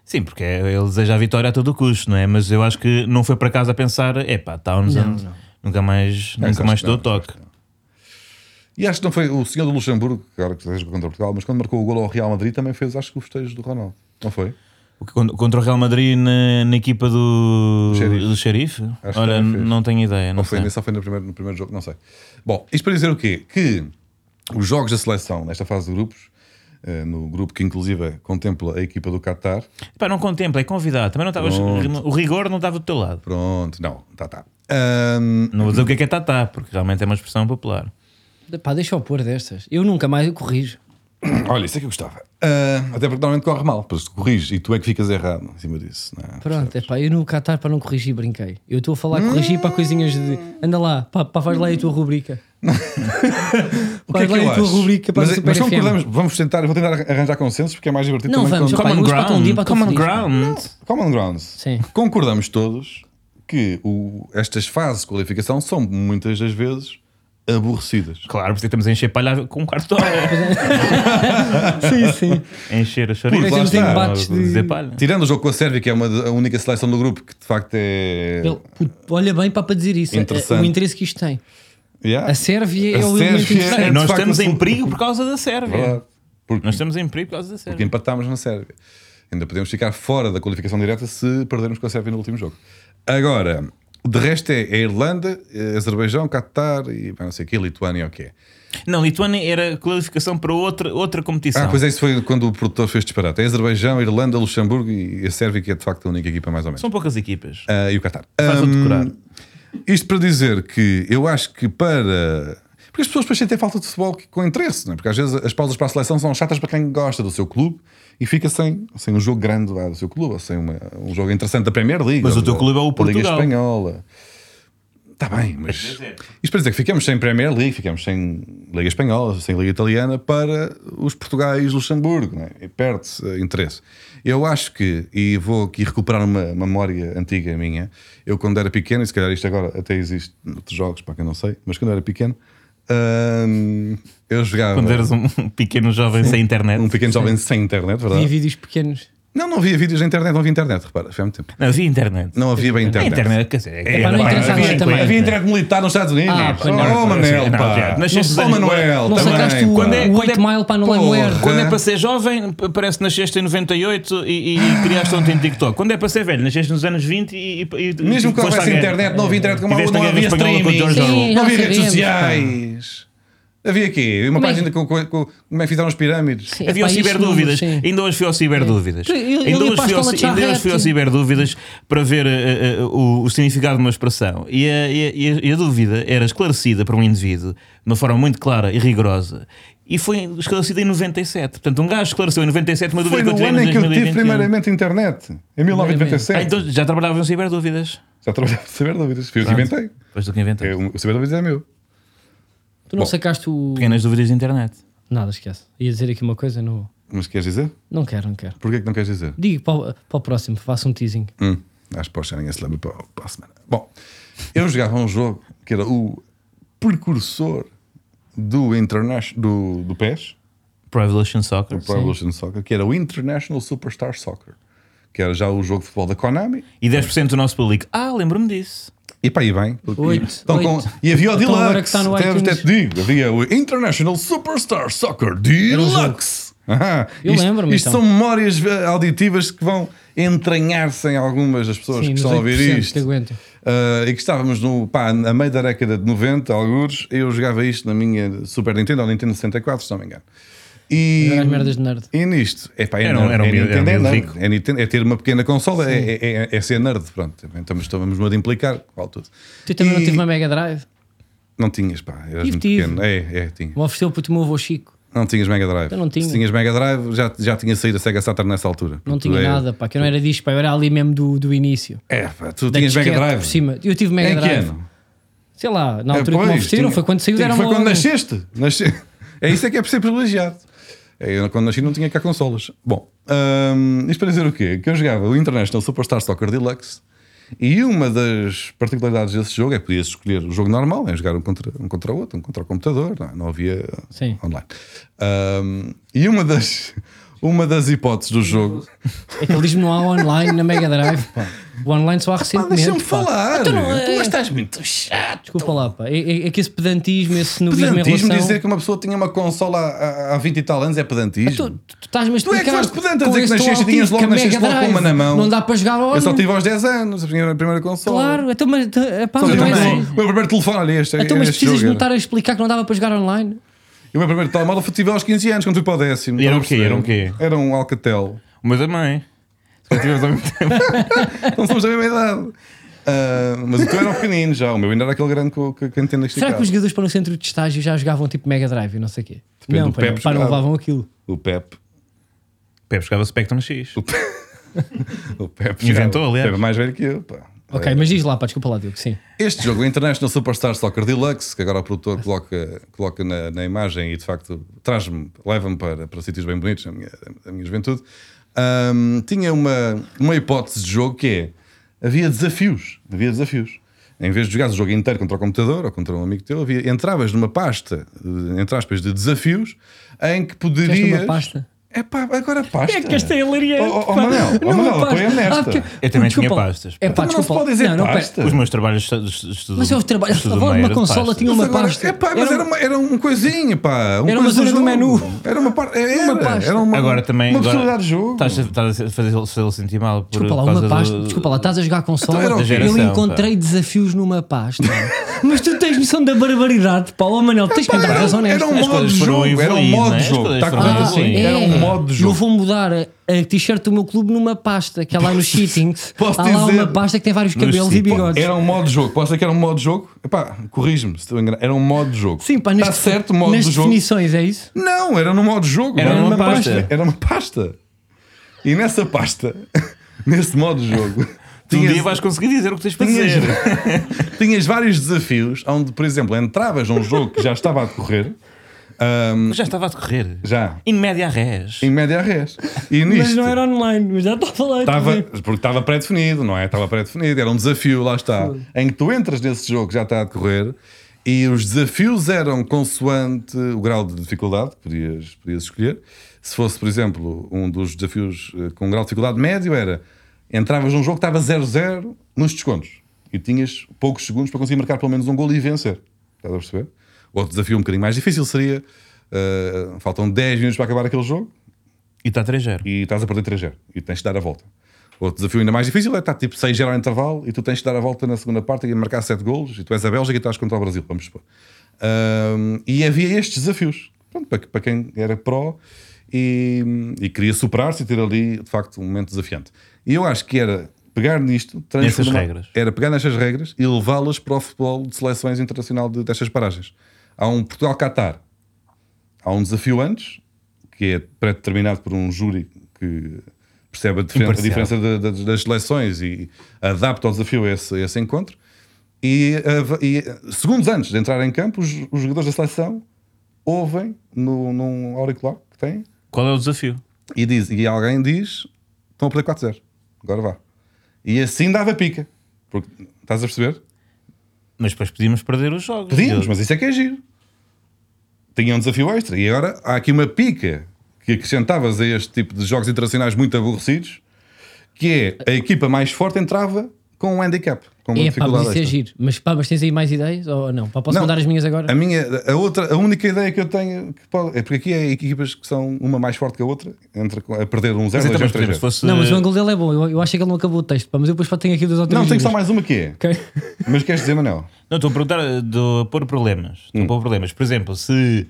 S3: Sim, porque é, ele deseja a vitória a todo custo, não é? Mas eu acho que não foi para casa a pensar, epá, tá Townsend,
S1: Não, não.
S3: nunca mais,
S2: isso
S3: nunca
S2: acho
S3: mais
S2: que
S3: dou
S2: não,
S3: toque.
S2: E acho que não foi o senhor do Luxemburgo, claro que seja contra Portugal, mas quando marcou o gol ao Real Madrid também fez, acho que, os festejos do Ronaldo. Não foi?
S3: O que con- Contra o Real Madrid na, na equipa do
S2: Do Xerife.
S3: do xerife?
S2: Acho que
S3: Olha,
S2: também fez.
S3: não tenho ideia. Não
S2: Ou foi,
S3: sei.
S2: ainda só foi no primeiro, no primeiro jogo, não sei. Bom, isto para dizer o quê? Que os jogos da seleção, nesta fase de grupos, eh, no grupo que inclusive contempla a equipa do Qatar,
S3: Pá, não contempla, é convidado. Também não estavas.
S2: Pronto.
S3: O rigor não estava do teu lado.
S2: pronto, não, tá, tá. Ahm,
S3: Não vou dizer o que é que é tatá, porque realmente é uma expressão popular. um-
S1: Pá, deixa eu pôr destas. Eu nunca mais corrijo.
S2: olha, isso é que eu gostava. Ahm, até porque normalmente corre mal, pois tu corriges e tu é que ficas errado em cima disso. Não é?
S1: Pronto, é pá, eu no Qatar para não corrigir brinquei. Eu estou a falar corrigir para coisinhas de. Anda lá, pá, pá faz lá aí a tua rubrica.
S2: O que é
S1: Faz
S2: que
S1: lá aí
S2: eu
S1: a tua
S2: acho?
S1: rubrica para
S2: mas, é,
S1: Super
S2: mas
S1: FM.
S2: concordamos, vamos tentar, eu vou tentar arranjar consensos porque é mais divertido
S1: Não
S2: também
S1: vamos,
S2: quando-
S1: Pá, eu gosto para um dia para estou
S3: common
S1: feliz, pá.
S3: ground.
S2: Common Grounds.
S1: Sim.
S2: Concordamos todos que o- estas fases de qualificação são muitas das vezes aborrecidas.
S3: Claro, porque estamos a encher palha com um quarto de hora.
S1: Sim, sim.
S3: encher a chorizo.
S2: Porque lá está.
S1: é Embates de-
S3: dizer palha.
S2: Tirando o jogo com a Sérvia, que é uma, da- a única seleção do grupo que de facto é.
S1: Ele- puto, olha bem pá, para dizer isso. é- é
S2: Interessante.
S1: O interesse que isto tem.
S2: Yeah.
S1: A Sérvia é
S2: A
S1: assim, o elemento
S2: Sérvia-
S1: interessante.
S2: É,
S3: Nós
S2: de facto,
S3: estamos
S2: a
S3: em
S2: sua-
S3: perigo por causa da Sérvia.
S2: Verdade. Porque,
S3: Nós estamos em perigo por causa da
S2: porque
S3: Sérvia.
S2: empatámos na Sérvia. Ainda podemos ficar fora da qualificação direta se perdermos com a Sérvia no último jogo. Agora, de resto é, é Irlanda, é Azerbaijão, Qatar e pá, não sei o que, Lituânia ou o que é.
S3: Não, Lituânia era qualificação para outra, outra competição.
S2: Ah, pois é, isso foi quando o produtor fez disparate. É Azerbaijão, Irlanda, Luxemburgo e a Sérvia, que é de facto a única equipa, mais ou menos.
S3: São poucas equipas.
S2: Ah, hum, e o Qatar.
S3: Faz-o
S2: Ahm,
S3: decorar.
S2: Isto para dizer que eu acho que para. Porque as pessoas depois sentem falta de futebol que- com interesse, não é? porque às vezes as pausas para a seleção são chatas para quem gosta do seu clube e fica sem, sem um jogo grande lá do seu clube, ou sem uma- um jogo interessante da Premier League.
S3: Mas
S2: ou
S3: o teu
S2: da-
S3: clube é o
S2: da Liga
S3: Portugal.
S2: Espanhola. Está bem, mas. Isto para dizer que ficamos sem Premier League, ficamos sem Liga Espanhola, sem Liga Italiana para os Portugais Luxemburgo, não é? E perde-se eh, interesse. Eu acho que, e vou aqui recuperar uma uma memória antiga minha, eu quando era pequeno, e se calhar isto agora até existe noutros jogos, para quem não sei, mas quando era pequeno, hum, eu jogava
S3: Quando eras um um pequeno jovem sem internet.
S2: um pequeno jovem sem internet,
S1: Tinha
S2: verdade?
S1: vídeos pequenos.
S2: Não, não havia vídeos na internet, não havia internet, repara, foi há muito tempo.
S3: Não, havia internet.
S2: Não É, havia bem
S3: A
S2: internet.
S3: É internet, quer dizer,
S1: pá, não
S3: pá,
S1: interessa
S3: havia
S1: agora também.
S3: 50.
S2: Havia internet militar nos Estados Unidos.
S1: Ah, pois não.
S2: oh, Manel,
S3: Não,
S2: pá.
S3: já, nasceste
S2: oh,
S3: anos-
S2: Manuel,
S1: Não
S2: também,
S1: sacaste o
S2: pá.
S3: Quando é-
S1: 8 Mile para não um lembrar.
S2: Porra.
S3: Quando é para ser jovem, p- parece que nasceste em 98 e, e criaste ontem TikTok. Quando é para ser velho, nasceste nos anos 20 e. e- e-
S2: Mesmo
S3: e
S2: que
S3: foste
S2: houvesse
S3: à guerra.
S2: internet, não havia internet como
S3: Tiveste a
S2: não
S3: guerra
S2: havia
S3: espanhola com o George
S2: streaming,
S1: Orwell.
S2: não havia
S1: Sim,
S2: redes
S1: nós sabemos,
S2: sociais. Havia quê? Uma
S1: Como é
S2: página com, com- com- como é que fizeram as pirâmides.
S1: Sim.
S3: Havia
S1: Epá,
S3: o
S1: isso
S3: Ciberdúvidas.
S1: não- sim.
S3: Ainda hoje fui ao Ciberdúvidas.
S1: Tu-
S2: É.
S1: eu- eu
S3: Ainda
S1: ia
S3: hoje
S1: para a
S3: fui ao
S1: escola de
S3: Ci- ainda hoje
S1: charrete.
S3: fui ao Ciberdúvidas para ver eh, eh, o, o significado de uma expressão. E a, e a- e a- e a dúvida era esclarecida por um indivíduo de uma forma muito clara e rigorosa. E foi esclarecida em 97. Portanto, um gajo esclareceu em 97 uma
S2: Foi
S3: dúvida que
S2: no
S3: eu
S2: ano
S3: tive
S2: em
S3: em
S2: que eu tive
S3: 2021.
S2: primeiramente internet, em 1997.
S3: Ah, então já trabalhava no Ciberdúvidas.
S2: Já trabalhava de saber dúvidas. Fui eu que inventei.
S3: Depois do que inventei.
S2: É, O saber dúvidas é meu.
S1: Tu não
S2: Bom.
S1: sacaste o.
S3: Pequenas dúvidas de internet.
S1: Nada, esquece. Ia dizer aqui uma coisa, não.
S2: Mas queres dizer?
S1: Não quero, não quero.
S2: Porquê é que não queres dizer?
S1: Digo para o, para o próximo, faça um teasing.
S2: Hum, acho que já ninguém se lembra para, para a semana. Bom, eu jogava um jogo que era o precursor do, Internation, do, do PES,
S3: Pro Evolution Soccer.
S2: do Pro Evolution Soccer, que era o International Superstar Soccer, que era já o jogo de futebol da Konami.
S3: E 10% do nosso público. Ah, lembro-me disso.
S2: E pá, e bem. porque-
S1: Oito,
S2: então, com-
S1: oito.
S2: e havia o
S1: Então agora que
S2: Deluxe.
S1: está no
S2: até,
S1: iTunes.
S2: até te digo, havia o International Superstar Soccer Deluxe. Aham,
S1: Eu
S2: isto,
S1: lembro-me,
S2: Isto
S1: então.
S2: são memórias eh, auditivas que vão entranhar-se em algumas das pessoas
S1: Sim,
S2: que
S1: nos
S2: estão a ouvir
S1: 8%
S2: isto.
S1: que aguentam.
S2: Uh, e que estávamos no, pá, a meio da década de 90, alguns, eu jogava isto na minha Super Nintendo ou Nintendo 64, se não me engano. E,
S1: Era as merdas de nerd.
S2: e nisto, é pá, é,
S3: Era um-
S2: nerd,
S3: era um
S2: é
S3: miúdo- era um
S2: Nintendo, é,
S3: miúdo
S2: nerd,
S3: rico.
S2: é Nintendo, é ter uma pequena consola, é, é, é- é ser nerd, pronto. Então estávamos a implicar, qual tudo.
S1: Tu também não
S2: E-
S1: tive uma Mega Drive?
S2: Não tinhas, pá, eras
S1: Tive,
S2: muito
S1: tive.
S2: pequeno. É, é, tinha.
S1: Me ofereceu para o meu avô Chico.
S2: Não tinhas Mega Drive.
S1: Eu não tinha.
S2: Se tinhas Mega Drive, já, já tinha saído a Sega Saturn nessa altura.
S1: Não
S2: Tu
S1: tinha
S2: é-
S1: nada, pá, que eu não era disto, pá, eu era ali mesmo do, do início.
S2: É, pá, tu
S1: Da
S2: tinhas Mega
S1: disquete
S2: Drive.
S1: Por cima. Eu tive
S2: Em
S1: Mega
S2: que
S1: Drive.
S2: ano?
S1: Sei lá, na
S2: É,
S1: altura que me
S2: pois,
S1: ofereceram,
S2: tinha-
S1: foi quando saiu,
S2: tinha-
S1: era
S2: Foi
S1: uma
S2: quando
S1: onda.
S2: nasceste. Nasce- É isso é que é por ser privilegiado. É, eu quando nasci não tinha cá consolas. Bom, hum, isto para dizer o quê? Que eu jogava o International Superstar Soccer Deluxe e uma das particularidades desse jogo é que podias escolher o jogo normal, é jogar um contra, um contra o é? outro, um contra o computador, não, não havia
S1: Sim.
S2: online. Hum, e uma das. uma das hipóteses do jogo.
S1: É que ele diz-me não há online na Mega Drive, pá. O online só há
S2: Pá,
S1: recentemente.
S2: Ah, deixa-me
S1: pá.
S2: falar.
S1: Então não é-
S2: Tu estás muito chato.
S1: Desculpa lá, pá. É, é- é que esse pedantismo, esse snobismo em
S2: Pedantismo
S1: relação...
S2: dizer que uma pessoa tinha uma consola há, há 20 e tal anos é
S1: Tu,
S2: pedantismo.
S1: tu estás-me a
S2: Tu é que
S1: explicar
S2: foste pedante
S1: com
S2: a dizer que
S1: esse tom
S2: nasceste e tinhas
S1: altivo
S2: logo-
S1: que a
S2: nasceste
S1: Mega
S2: logo com uma
S1: Drive
S2: na mão.
S1: Não dá para jogar ao
S2: Eu só
S1: ano.
S2: tive aos 10 anos a minha a primeira consola.
S1: Claro, então, mas, então, é pá,
S2: Só
S1: não
S2: tive
S1: é
S2: o
S1: assim.
S2: meu- o meu primeiro telefone, ali este,
S1: Então, mas
S2: este
S1: precisas
S2: jogo
S1: me
S2: era.
S1: estar a explicar que não dava para jogar online?
S2: E o meu primeiro telemóvel foi- tive aos 15 anos, quando fui para o décimo.
S3: E era
S2: estás a
S3: o quê? Era um
S2: perceber?
S3: quê?
S2: Era um Alcatel.
S3: O meu também. Se calhar tivemos ao mesmo tempo.
S2: Não somos da mesma idade. Ah, mas o teu era um pequenino já, o meu ainda era aquele grande com com- com a antena
S1: Será
S2: esticada.
S1: que os jogadores para o centro de estágio já jogavam tipo Mega Drive e não sei o quê?
S2: Depende
S1: não,
S2: do
S1: pá,
S2: Pepe
S1: pá, não
S2: jogava.
S1: levavam aquilo.
S2: O Pep.
S3: Pepe jogava Spectrum X.
S2: O Pep. o Pep
S3: Inventou,
S2: jogava.
S3: aliás.
S2: O Pep é mais velho que eu. Pá.
S1: Ok, mas diz lá, pá, desculpa lá, Diogo, sim.
S2: Este jogo, o International Superstar Soccer Deluxe, que agora o produtor coloca, coloca na, na imagem e de facto traz-me, leva-me para, para sítios bem bonitos na minha, na minha juventude, ahm, tinha uma, uma hipótese de jogo que é: havia desafios. Havia desafios. Em vez de jogares o jogo inteiro contra o computador ou contra um amigo teu, havia, entravas numa pasta, eh, entre aspas, de desafios em que poderias.
S1: Tiveste uma pasta.
S2: É pá, agora pasta.
S1: É que esta é hilariante.
S2: Oh, oh, oh,
S1: pá.
S2: Manel, oh,
S1: Não,
S2: Manel,
S1: pá.
S2: apoia-me nesta.
S1: porque-
S3: Eu também tinha
S1: desculpa lá.
S3: pastas, pá.
S1: É pá,
S2: Mas não se
S1: desculpa.
S2: pode dizer
S1: lá. não, não,
S2: pasta.
S1: pera.
S3: Os meus trabalhos de estudo- de estudo.
S1: Mas eu trabalho-
S3: de estudo
S1: a favor de
S3: meio
S1: uma
S3: era
S1: consola
S3: pastas.
S1: tinha um- uma-
S2: Mas agora-
S1: pasta.
S2: É pá, mas
S1: Era
S2: era,
S1: um-
S2: uma, era um coisinha, pá. um
S1: Era uma
S2: coisa
S1: zona do
S2: jogo.
S1: menu.
S2: Era uma parte. Era,
S1: Uma pasta.
S2: era uma,
S3: Agora também.
S2: Uma
S3: agora
S2: possibilidade de jogo.
S3: Estás a, estás a fazer- fazê-lo sentir mal. Por
S1: Desculpa lá,
S3: causa
S1: uma pasta.
S3: do-
S1: Desculpa lá, estás a jogar consola.
S2: Então era o quê?
S1: eu
S3: Geração,
S1: encontrei desafios numa pasta. mas tu tens noção da barbaridade, Paulo Oh, Manel. Tens que
S2: Pá,
S1: me dar
S2: era,
S1: razão
S2: um- era
S1: nesta.
S2: um
S3: As
S2: modo
S3: coisas
S2: de
S3: foram
S2: jogo. Era um
S3: evoluindo,
S2: modo
S3: né?
S2: de
S3: As
S2: jogo.
S3: coisas
S2: Está
S3: foram
S2: correto
S3: evoluindo.
S2: assim.
S1: é.
S2: Era um modo de
S1: Eu
S2: jogo.
S1: vou mudar a, a t-shirt do meu clube numa pasta, que é lá nos cheatings.
S2: Posso
S1: Há lá
S2: dizer-
S1: uma pasta que tem vários
S3: Nos
S1: cabelos e
S3: cheatings.
S1: bigodes.
S2: Era um modo de jogo. Posso dizer que era um modo de jogo? Epá, corrige-me se estou enganado. Era um modo de jogo.
S1: Sim, pá,
S2: Está
S1: neste-
S2: Tá certo o modo
S1: nas
S2: do jogo?
S1: definições, é isso?
S2: Não, era num modo de jogo.
S3: Era
S2: não
S3: numa
S2: numa
S3: pasta.
S2: Era uma pasta. E nessa pasta, nesse modo de jogo,
S3: Tu um
S2: tinhas-
S3: dia vais conseguir dizer o que tens para
S2: Tinhas,
S3: dizer.
S2: tinhas vários desafios onde, por exemplo, entravas num jogo que já estava a decorrer, ahm,
S3: Já estava a decorrer.
S2: já,
S3: In média res.
S2: em média res. E nisto
S1: online, mas já estava lá.
S2: estava, porque estava pré-definido, não é? Estava pré-definido, era um desafio, lá está, em que tu entras nesse jogo que já está a decorrer e os desafios eram consoante o grau de dificuldade que podias, podias escolher. Se fosse, por exemplo, um dos desafios eh, com grau de dificuldade médio era entravas num jogo que estava 0-0 nos descontos e tinhas poucos segundos para conseguir marcar pelo menos um gol e vencer. Estás a perceber? Outro desafio um bocadinho mais difícil seria eh, faltam 10 minutos para acabar aquele jogo
S3: E está 3-0.
S2: e estás a perder 3 0 e tens de dar a volta. Outro desafio ainda mais difícil é estar tipo 6 0 ao intervalo e tu tens de dar a volta na segunda parte e marcar 7 golos e tu és a Bélgica e estás contra o Brasil, vamos supor. Ahm, e havia estes desafios Pronto, para, para quem era pró e, e queria superar-se e ter ali de facto um momento desafiante. E eu acho que era pegar nisto,
S3: Nessas
S2: transformar-
S3: regras.
S2: era pegar nestas regras e levá-las para o futebol de seleções internacional de- destas paragens. Há um Portugal-Catar, há um desafio antes, que é pré-determinado por um júri que percebe a, difer- a
S3: Imparcial.
S2: diferença da- da- das seleções e adapta o desafio a esse, a esse encontro. E, av- e, segundos antes de entrar em campo, os, os jogadores da seleção ouvem no, num auricular que têm
S3: Qual é o desafio?
S2: e, diz, e alguém diz: estão a perder 4-0, agora vá. E assim dava pica. Porque, estás a perceber?
S3: Mas depois podíamos perder os jogos.
S2: Podíamos,
S3: Eu-
S2: mas isso é que é giro. Tinha um desafio extra. E agora há aqui uma pica que acrescentavas a este tipo de jogos internacionais muito aborrecidos, que é a equipa mais forte entrava com um handicap. Com uma
S1: É pá,
S2: dificuldade
S1: mas isso é
S2: extra.
S1: giro. Mas pá, mas tens aí mais ideias ou não? Pá, posso
S2: Não.
S1: mandar as minhas agora?
S2: A minha, a outra, a única ideia que eu tenho que pode- é porque aqui é equipas que são uma mais forte que a outra, entre com- a perder um 0
S3: Mas então, mas, por
S2: 2
S3: exemplo,
S2: 3
S3: se fosse.
S1: Não, mas o ângulo dele é bom. Eu, eu acho que ele não acabou o texto, pá, mas eu depois pá, tenho aqui dois ou três.
S2: Não, tenho só
S1: giros.
S2: mais uma que é.
S1: Ok.
S2: Mas queres dizer, Manel?
S3: Não, estou a perguntar eh, do- a pôr problemas. Estou
S2: Hum.
S3: a pôr problemas. Por exemplo, se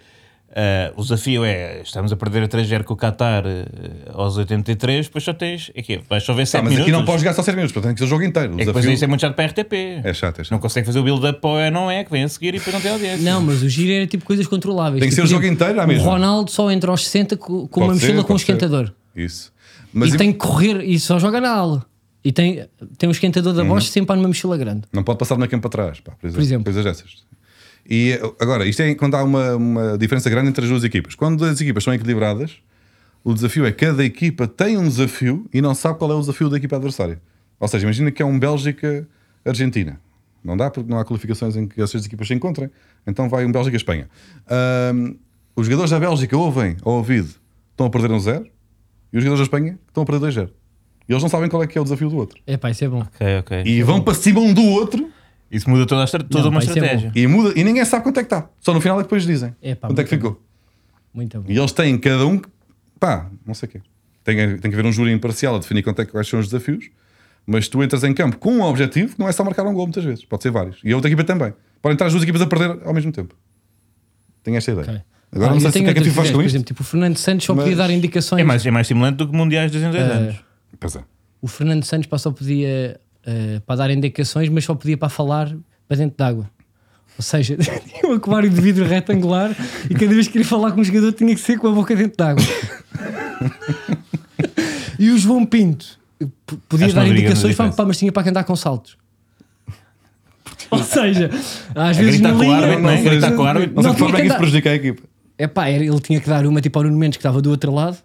S3: eh, o desafio é estamos a perder a 3-0 com o Qatar eh, aos 83, depois só tens. é Aqui, vais só ver 7
S2: Ah, mas aqui
S3: minutos.
S2: não podes jogar só 7 minutos, portanto tem que ser o jogo inteiro. O
S3: É que depois
S2: desafio-
S3: isso é muito chato para a RTP.
S2: é chato, é chato.
S3: Não consegue fazer o build-up para o é não é, que vem a seguir e depois não tem audiência.
S1: Não, mas o giro era tipo coisas controláveis.
S2: Tem que
S1: Tipo,
S2: ser o
S1: por
S2: jogo
S1: exemplo,
S2: inteiro, à mesma.
S1: O Ronaldo só entra aos 60 com, com uma
S2: Pode ser,
S1: mochila com um
S2: pode ser.
S1: esquentador.
S2: Isso. Mas
S1: e
S2: e-
S1: tem que correr e só joga na aula. E tem, tem um esquentador
S2: Uhum.
S1: da Bosch sempre há numa mochila grande.
S2: Não pode passar na campo atrás, pá, por, exemplo,
S1: exemplo.
S2: Coisas dessas. E agora, isto é quando há uma, uma diferença grande entre as duas equipas. Quando as equipas são equilibradas, o desafio é que cada equipa tem um desafio e não sabe qual é o desafio da equipa adversária. Ou seja, imagina que é um Bélgica-Argentina. Não dá porque não há qualificações em que essas equipas se encontrem. Então vai um Bélgica-Espanha. Ahm, os jogadores da Bélgica ouvem ao ouvido, estão a perder um zero, e os jogadores da Espanha estão a perder 2-0. E eles não sabem qual é que é o desafio do outro.
S1: É pá, isso é bom.
S3: Ok, ok.
S2: E vão para cima um do outro
S3: Isso muda toda, a estra- toda
S1: Não,
S3: uma
S1: pá, isso é
S3: estratégia.
S2: e, muda, e ninguém sabe quanto é que está. Só no final é que depois dizem
S1: Epá,
S2: quanto é que
S1: muito
S2: ficou.
S1: Muito bom.
S2: E eles têm cada um, pá, não sei o quê. Tem, tem que haver um júri imparcial a definir quanto é, que- quais são os desafios, mas tu entras em campo com um objetivo que não é só marcar um gol muitas vezes, pode ser vários. E a outra equipa também. Podem estar as duas equipas a perder ao mesmo tempo. Tenho esta ideia.
S1: Ok. Ah,
S2: Agora não
S1: eu
S2: sei se o
S1: tenho
S2: que é que a
S1: outras
S2: FIFA faz
S1: ideias,
S2: com
S1: por
S2: isto.
S1: exemplo, tipo, o Fernando Santos só podia
S2: Mas-
S1: dar indicações.
S3: É mais, é mais estimulante do que mundiais de 2 em 2
S1: Eh,
S3: anos.
S2: Pois é.
S1: O Fernando Santos pá, só podia eh, para dar indicações, mas só podia para falar para dentro d'água. Ou seja, tinha um aquário de vidro retangular e cada vez que queria falar com um jogador tinha que ser com a boca dentro d'água. e o João Pinto eh, p- podia
S3: Acho
S1: dar
S3: que não haveria grande
S1: indicações, pá,
S3: diferença.
S1: pá, mas tinha para andar com saltos. Ou seja, às vezes
S3: gritar
S1: na
S3: com o
S1: linha,
S3: árbitro,
S1: não
S3: né?
S1: sei-
S3: Gritar com o árbitro.
S2: Não, sei
S1: não
S2: de que
S1: tinha
S2: forma
S1: que
S2: é que isso
S1: andar-
S2: prejudica a equipa.
S1: é pá, era- ele tinha que dar uma tipo ao Nuno Mendes que estava do outro lado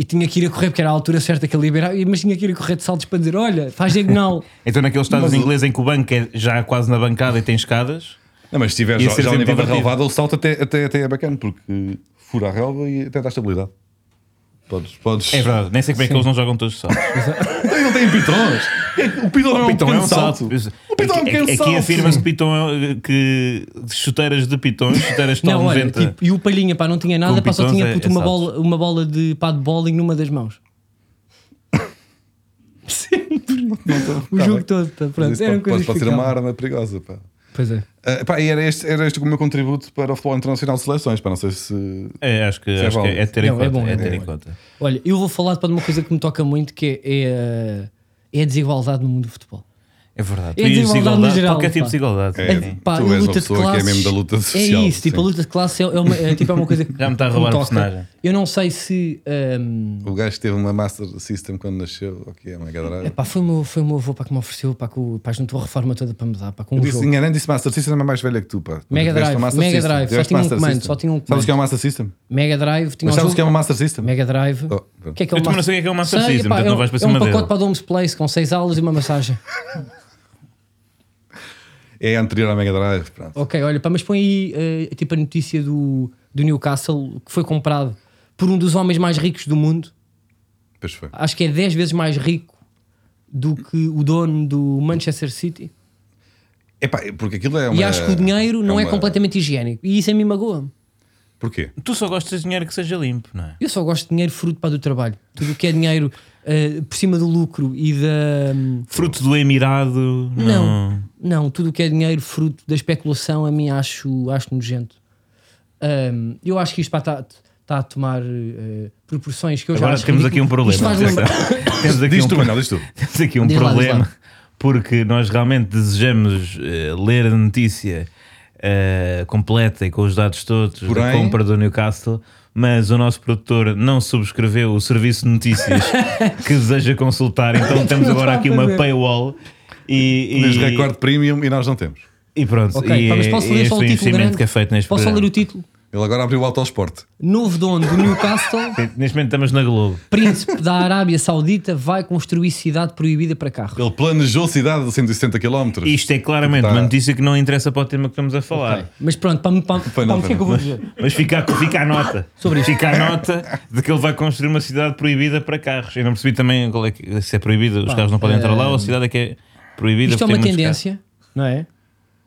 S1: e tinha que ir a correr, porque era a altura certa que ele liberava, mas tinha que ir a correr de saltos para dizer: Olha, faz diagonal.
S3: Então, naqueles estados ingleses em que o banco é já quase na bancada e tem escadas,
S2: Não, mas se tiver
S3: Ia
S2: já,
S3: ser
S2: já o
S3: sempre
S2: nível da
S3: divertido.
S2: relvada, o salto até, até, até é bacana, porque fura a relva e até dá estabilidade. Podes, podes.
S3: é verdade. Nem sei como é que eles não jogam todos saltos.
S2: Então Não têm pitrões. O pitrão é um
S3: Pitão é
S2: pequeno
S3: um
S2: salto.
S3: salto.
S2: O pitão é um
S3: Aqui-
S2: pequeno
S3: aqui
S2: salto.
S3: afirma-se que pitão é, que de chuteiras de pitões, chuteiras
S1: Não,
S3: tal
S1: olha,
S3: 90.
S1: tipo, e o Palhinha, pá, não tinha nada,
S3: Com
S1: pá, só
S3: pitons
S1: tinha
S3: é-
S1: puto,
S3: é
S1: uma,
S3: saltos.
S1: bola, uma bola de pá de bowling numa das mãos. Sempre. o
S2: tá
S1: jogo
S2: bem.
S1: todo, tá,
S2: Mas
S1: pronto.
S2: isso
S1: Eram
S2: pode,
S1: coisas
S2: pode,
S1: que
S2: pode ser uma
S1: ficavam.
S2: arma perigosa. Pá.
S1: Pois é.
S2: Ah, pá, e era este, era este o meu contributo para o futebol internacional de seleções. Pá, não sei se.
S3: É, acho que,
S2: é
S3: acho que
S2: válido.
S3: é ter em
S1: Não, é
S3: conta. É,
S1: bom, é
S3: ter
S1: bom.
S3: em conta.
S1: Olha, eu vou falar de uma coisa que me toca muito que é, é, a- é a desigualdade no mundo do futebol.
S3: É verdade.
S1: É
S3: E
S1: desigualdade no geral,
S3: qualquer
S1: pá.
S3: tipo de desigualdade.
S2: É,
S3: sim.
S1: Pá,
S2: tu
S1: a
S2: és uma
S1: luta de
S2: pessoa que é
S1: classes,
S2: mesmo da luta social,
S1: É isso, tipo,
S2: sim.
S1: a luta de classe é, é uma, é, tipo, é uma coisa que.
S3: Já me está a
S1: que
S3: roubar a
S1: toca.
S3: personagem.
S1: Eu não sei se. hum,
S2: O gajo teve uma Master System quando nasceu. Ok, é uma gadrada.
S1: Epá, foi o meu, foi o meu avô pá, que me ofereceu pá, com, pá, juntou a reforma toda para me dar pá, com
S2: Eu
S1: um
S2: disse,
S1: jogo.
S2: enganando, disse Master System, mas mais velha que tu, pá.
S1: Mega
S2: Tiveste
S1: Drive,
S2: uma Master
S1: Mega
S2: System.
S1: Drive, só
S2: Tiveste
S1: tinha um
S2: Master
S1: comando,
S2: System.
S1: só tinha um
S2: Sabes o que
S1: comando.
S2: é um Master System?
S1: Mega Drive, tinha
S2: Mas
S1: um
S2: sabes o
S1: jogo,
S2: que é uma Master System?
S1: Mega Drive.
S2: Oh,
S1: O
S2: pronto.
S1: que é que é
S3: Eu
S1: um
S3: também não
S1: Master-
S3: sei o que é que é um Master
S1: Sei,
S3: System,
S1: epá,
S3: portanto
S1: é
S3: não
S1: um-
S3: vais para
S1: É um
S3: cima
S1: pacote
S3: dele.
S1: para Domes Place com 6 aulas e uma massagem.
S2: É anterior à Mega Drive. Pronto.
S1: ok, olha, pá, mas põe aí eh, tipo a notícia do, do Newcastle que foi comprado por um dos homens mais ricos do mundo.
S2: Pois foi.
S1: Acho que é 10 vezes mais rico do que o dono do Manchester City.
S2: Epá, porque aquilo é uma.
S1: e acho que o dinheiro não é,
S2: uma-
S1: completamente higiênico. E isso a mim magoa-me.
S2: Porquê?
S3: Tu só gostas de dinheiro que seja limpo, não é?
S1: Eu só gosto de dinheiro fruto para do trabalho. Tudo o que é dinheiro eh, por cima do lucro e da.
S3: Fruto do emirado. Não.
S1: Não, não, tudo o que é dinheiro fruto da especulação a mim acho, acho nojento. Ahm, eu acho que isto está a tomar eh, proporções que eu já
S3: Agora
S1: acho
S3: temos aqui
S1: ridículo.
S3: um
S1: Isto
S3: problema.
S1: faz lembrar-
S3: Temos aqui
S2: Diz
S3: um
S2: tu,
S3: problema.
S2: Manuel, diz tu.
S3: Temos aqui um
S1: Diz lá, diz
S3: problema
S1: lá.
S3: porque nós realmente desejamos eh, ler a notícia eh, completa e com os dados todos da
S2: Porém-
S3: compra do Newcastle, mas o nosso produtor não subscreveu o serviço de notícias que deseja consultar, então temos
S1: Não está
S3: agora
S1: a
S3: aqui uma
S1: fazer.
S3: paywall. E,
S2: Diz
S3: e-
S2: recorde premium e nós não temos.
S3: e pronto,
S1: Ok,
S3: e
S1: pá, mas
S3: é-
S1: posso
S3: é
S1: ler
S3: este
S1: só
S3: o
S1: o título
S3: investimento
S1: grande?
S3: que é feito neste
S1: Posso só ler
S3: prograuta.
S1: o título?
S2: Ele agora abriu o autosporte.
S1: Novo dono do Newcastle,
S3: Neste momento estamos na Globo.
S1: príncipe da Arábia Saudita, vai construir cidade proibida para carro.
S2: Ele planejou cidade de 160 km.
S3: Isto é claramente
S2: Tá.
S3: uma notícia que não interessa para o tema que estamos a falar.
S1: Mas pronto, para, para,
S2: Foi
S1: para,
S2: não,
S1: o que é que eu
S2: foi
S1: vou
S2: não.
S1: dizer?
S3: Mas fica, fica a nota.
S1: Sobre isto.
S3: Fica a nota de que ele vai construir uma cidade proibida para carros. Eu não percebi também qual é que, se é proibida, os carros não podem entrar lá ou a cidade é que é proibida.
S1: eh, Isto é
S3: porque
S1: uma
S3: tem muitos
S1: tendência, não é?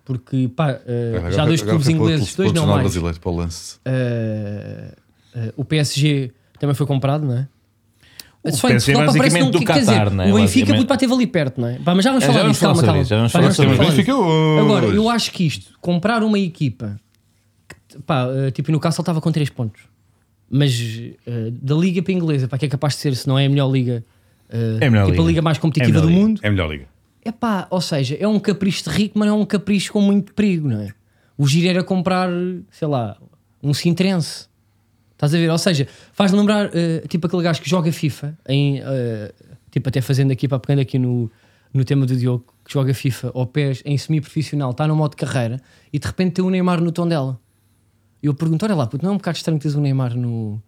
S1: Porque pá, eh,
S2: Agora-
S1: já dois
S2: agora
S1: clubes
S2: foi para o-
S1: ingleses,
S2: para o
S1: dois não
S2: jornal
S1: mais.
S2: brasileiro, para o lance.
S1: eh, eh, o PSG também foi comprado, não é?
S3: O
S1: em
S3: PSG
S1: Portugal, pá, parece
S3: é basicamente
S1: um que
S3: do
S1: quer dizer,
S3: Qatar, não é?
S1: O Benfica
S3: Basicamente.
S1: puto, pá, teve ali perto, não é? Pá, mas já vamos
S3: É, já
S1: falar
S3: vamos
S1: disso, calma,
S3: falar sobre
S1: calma.
S3: isso, já vamos
S1: Pá,
S3: falar
S1: já
S3: sobre
S1: vamos falar
S2: isso. Benfica
S3: é
S1: disso.
S2: hoje.
S1: Agora, eu acho que isto, comprar uma equipa que, pá, eh, tipo, no caso ele estava com 3 pontos, mas eh, da liga para a inglesa, pá, que é capaz de ser, se não é a melhor liga, eh,
S3: É a melhor
S1: tipo a
S3: liga.
S1: liga mais competitiva
S3: melhor
S1: do
S3: liga.
S1: mundo.
S2: É a melhor liga.
S1: É pá, ou seja, é um capricho de rico, mas não é um capricho com muito perigo, não é? O giro era comprar, sei lá, um Sintrense. Estás a ver? Ou seja, faz-me lembrar, eh, tipo aquele gajo que joga FIFA, em, eh, tipo até fazendo aqui, para pegando aqui no, no tema do Diogo, que joga FIFA ao pés em semi-profissional, está no modo carreira e de repente tem o Neymar no tom dela. E eu pergunto, olha lá, puto, não é um bocado estranho que tens o Neymar no,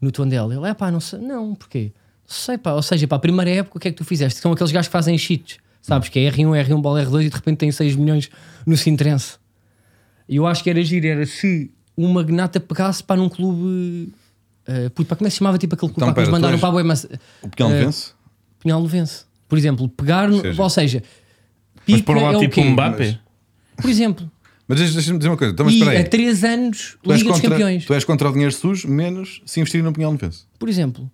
S1: no tom dela? Ele, é pá, não sei, não, porquê? Não sei, pá, ou seja, para a primeira época o que é que tu fizeste? São aqueles gajos que fazem cheats, sabes, que é R1, R1, bola R2 e de repente tem 6 milhões no Sintrense. E eu acho que era giro, era se um magnata pegasse para num clube eh, puto, pá, como é que se chamava tipo aquele clube
S2: Então,
S1: pá, que nos
S2: pera, tu
S1: mandaram
S2: és-
S1: para a Boema?
S2: O pequeno
S1: Eh,
S2: vence.
S1: Punhal Novense. Por exemplo, pegar. No,
S2: Ou seja-
S1: ou seja,
S3: Mas
S1: pica
S3: por lá
S1: é o
S3: tipo
S1: quê?
S3: um Mbappé.
S1: Por exemplo.
S2: Mas deixa- deixa-me dizer uma coisa. Então, mas
S1: E
S2: espera aí.
S1: há 3 anos,
S2: Tu és,
S1: Liga dos
S2: contra,
S1: Campeões.
S2: tu é- és contra o dinheiro sujo, menos se investir no Pinhal Novense.
S1: Por exemplo.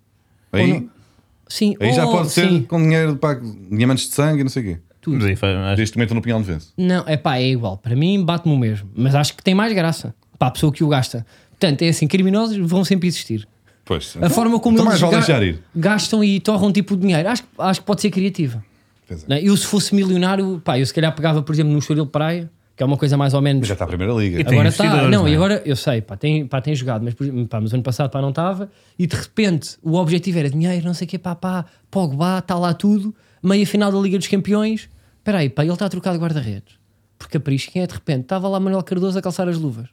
S1: Ou
S2: Aí,
S1: não- Sim,
S2: aí já
S1: ou-
S2: pode ser
S1: sim,
S2: com dinheiro, pá, diamantes de sangue e não sei o quê.
S1: tudo.
S3: Mas aí faz- acho-
S2: Deste momento no Pinhal Novense.
S1: Não, é pá, é igual. Para mim, bate-me o mesmo. Mas acho que tem mais graça para a pessoa que o gasta. Portanto, é assim: criminosos vão sempre existir.
S2: Pois.
S1: A forma como
S2: então
S1: eles
S2: mais vale
S1: ga-
S2: deixar ir.
S1: gastam e torram tipo dinheiro, acho, que- acho que pode ser criativa.
S2: Pois é.
S1: Não é? Eu, se fosse milionário, pá, eu se calhar pegava, por exemplo, no Estoril Praia, que é uma coisa mais ou menos.
S2: Já está a Primeira Liga.
S3: tem
S1: agora está.
S3: investidores,
S1: Não,
S3: não é?
S1: e agora eu sei, pá, tem, pá, tem jogado, mas, por exemplo, pá, mas ano passado pá, não estava. E de repente o objetivo era dinheiro, não sei o quê, pá, pá, Pogba, está lá tudo. Meia final da Liga dos Campeões. Espera aí, pá, ele está a trocar de guarda-redes. Porque a quem é de repente? Estava lá Manuel Cardoso a calçar as luvas.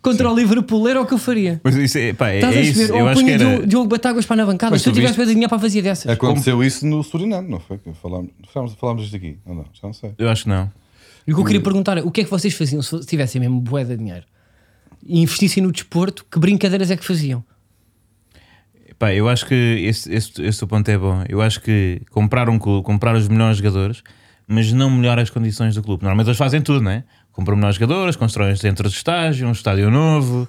S1: Contra o Liverpool era o que eu faria.
S3: Mas isso é, pá, é,
S1: Estás
S3: é
S1: a
S3: isso.
S1: perceber?
S3: Eu
S1: Ou
S3: acho que
S1: punha
S3: era.
S1: Diogo, Diogo Batáguas para na bancada.
S2: Mas
S1: se eu
S2: tu
S1: tivesse
S2: viste-
S1: para dinheiro para fazer dessas.
S3: É
S2: Aconteceu isso no Suriname, não foi? Falámos, falámos, falámos disto aqui. Ou não? Já não sei.
S3: Eu acho que não.
S1: E o que eu queria perguntar é, o que é que vocês faziam se tivessem mesmo bué de dinheiro? E investissem no desporto, que brincadeiras é que faziam?
S3: Pá, eu acho que esse, esse, esse teu ponto é bom. Eu acho que comprar um clube, comprar os melhores jogadores, mas não melhora as condições do clube. Normalmente eles fazem tudo, não é? Compram melhores jogadores, constroem os centros de estágio, um estádio novo.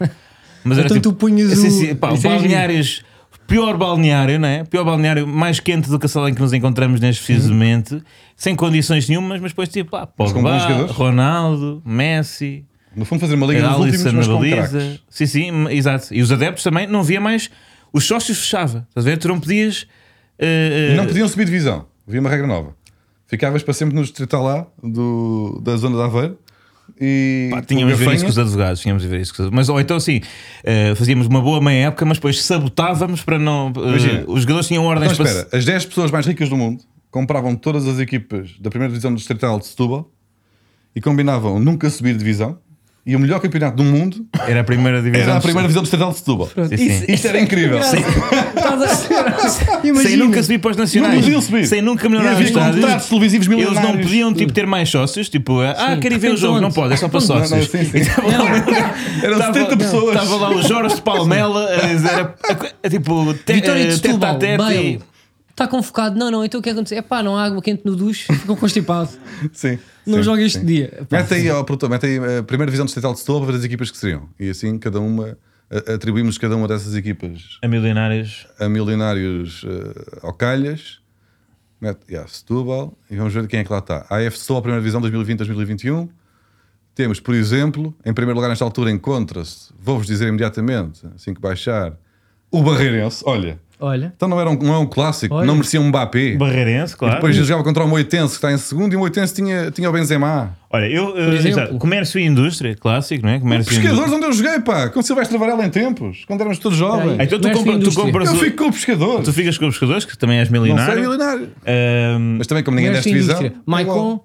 S3: Mas
S1: Então tu punhas
S3: assim,
S1: o-
S3: assim, pá,
S1: isso é giro.
S3: balneários, pior balneário, não é? Pior balneário, mais quente do que a sala em que nos encontramos neste preciso momento, sem condições nenhumas, mas depois tipo, pá,
S2: com bons
S3: Pogba,
S2: jogadores.
S3: Ronaldo, Messi,
S2: No fundo, fazer uma liga dos
S3: Alisson
S2: últimos,
S3: na
S2: mas com
S3: baliza.
S2: craques.
S3: Sim, sim, m- exato. E os adeptos também, não havia mais. Os sócios fechava. Estás a ver? Tu não podias. eh, eh,
S2: E não podiam subir divisão. Havia uma regra nova. Ficavas para sempre no distrital lá, do, da zona de Aveiro. E
S3: pá, tínhamos de
S2: com
S3: ver
S2: gafanha.
S3: isso com os advogados, tínhamos de ver isso com os advogados. Mas ou então assim, eh, fazíamos uma boa meia época, mas depois sabotávamos para não. eh,
S2: Imagina.
S3: os jogadores tinham ordens
S2: Então
S3: para.
S2: espera, as 10 pessoas mais ricas do mundo compravam todas as equipas da primeira divisão do distrital de Setúbal e combinavam nunca subir divisão. E o melhor campeonato do mundo
S3: se- Era a primeira divisão.
S2: era a
S3: de-
S2: primeira divisão do distrital de Setúbal.
S3: Sim, sim.
S2: Isto era incrível.
S1: Estás a-
S3: Sem
S1: Ah, Imagina.
S3: nunca subir para os nacionais.
S2: Não podiam subir.
S3: Sem nunca
S2: E
S3: melhorar os
S2: havia
S3: estádios.
S2: contratos televisivos
S3: Eles não
S2: milionários.
S3: podiam tipo, ter mais sócios. Tipo, ah,
S1: Sim.
S3: queria ver o
S1: Depende
S3: jogo.
S1: de
S3: Não
S1: onde.
S3: pode, é só para
S2: Não, não,
S3: sócios.
S2: sim, sim. Eram
S3: Tava-
S2: 70 pessoas.
S3: Estava lá o Jorge de Palmela a dizer a- a- a- tipo te-
S1: Vitória
S3: eh,
S1: de
S3: tete a
S1: Setúbal,
S3: tete
S1: Bale.
S3: e-
S1: Está convocado. Não, não, então o que é que aconteceu? É pá, não há água quente no duche, ficou constipado.
S2: Sim.
S1: Não
S2: sim,
S1: joga este
S2: sim.
S1: dia. Pá,
S2: Mete aí, ó, produtor, mete aí a primeira divisão do distrital de Setúbal para ver as equipas que seriam. E assim, cada uma, a- atribuímos cada uma dessas equipas
S3: A milionários.
S2: a milionários eh, ao Calhas, mete, yeah, Setúbal, e vamos ver quem é que lá está. AF Setúbal, primeira divisão 2020-2021. Temos, por exemplo, em primeiro lugar nesta altura encontra-se, vou-vos dizer imediatamente, assim que baixar, o Barreirense. Olha,
S1: Olha,
S2: então não era um, não é um clássico,
S1: Olha.
S2: não merecia um Mbappé.
S3: Barreirense, claro.
S2: Depois jogava contra o Moitense, que está em segundo, e o Moitense tinha, tinha o Benzema.
S3: Olha, eu. eh,
S1: exemplo.
S3: exato, comércio e indústria, clássico, não é? Comércio e
S2: Pescadores
S3: indústria.
S2: onde eu joguei, pá, com Silvestre Varela em tempos, quando éramos todos
S1: Peraí.
S2: jovens.
S3: Então tu,
S1: Comércio e
S3: compra- tu
S1: indústria.
S3: compras.
S2: Eu
S3: o-
S2: fico com o pescador.
S3: Tu ficas com os pescadores, que também és
S2: Não sei
S3: milionário.
S2: milionário.
S3: Ahm,
S2: Mas também, como ninguém deste
S1: comércio e
S2: visão.
S1: indústria. Maicon,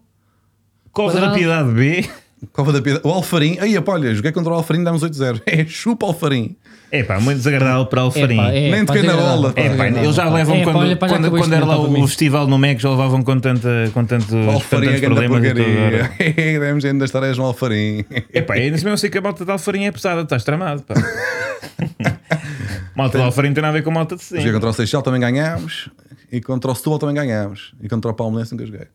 S3: Cova da
S1: Quadrado.
S3: Piedade B.
S2: Cova da Piedade. O Alfarim. Aí, pá, olha, joguei contra o Alfarim, dá-nos 8-0. É, chupa Alfarim.
S3: É pá, muito desagradável para o Farim.
S1: Epá, é,
S2: Nem
S1: pá,
S2: toquei na
S1: desagradável,
S2: bola, pá.
S3: É, pá,
S1: desagradável,
S3: eles já
S1: pá.
S3: levam
S1: É, pá,
S3: quando,
S1: olha, pá, já
S3: quando,
S1: acabei de
S3: quando era lá
S1: experimentar
S3: o
S1: também.
S3: festival no MEC, já levavam com, tanta, com tanto,
S2: O
S3: com
S2: Alfarim é
S3: tantos
S2: grande
S3: problemas. e tudo
S2: porcaria. É,
S3: agora.
S2: Demos ainda histórias no Alfarim.
S3: Epá, ainda se mesmo sei que a malta de Alfarinha é pesada, estás tramado. Pá. malta de Alfarinha tem nada a ver com malta de
S2: Joguei
S3: cima.
S2: contra o Seixal, também ganhámos. E contra o Setúbal também ganhámos. E contra o Palmeirense nunca joguei.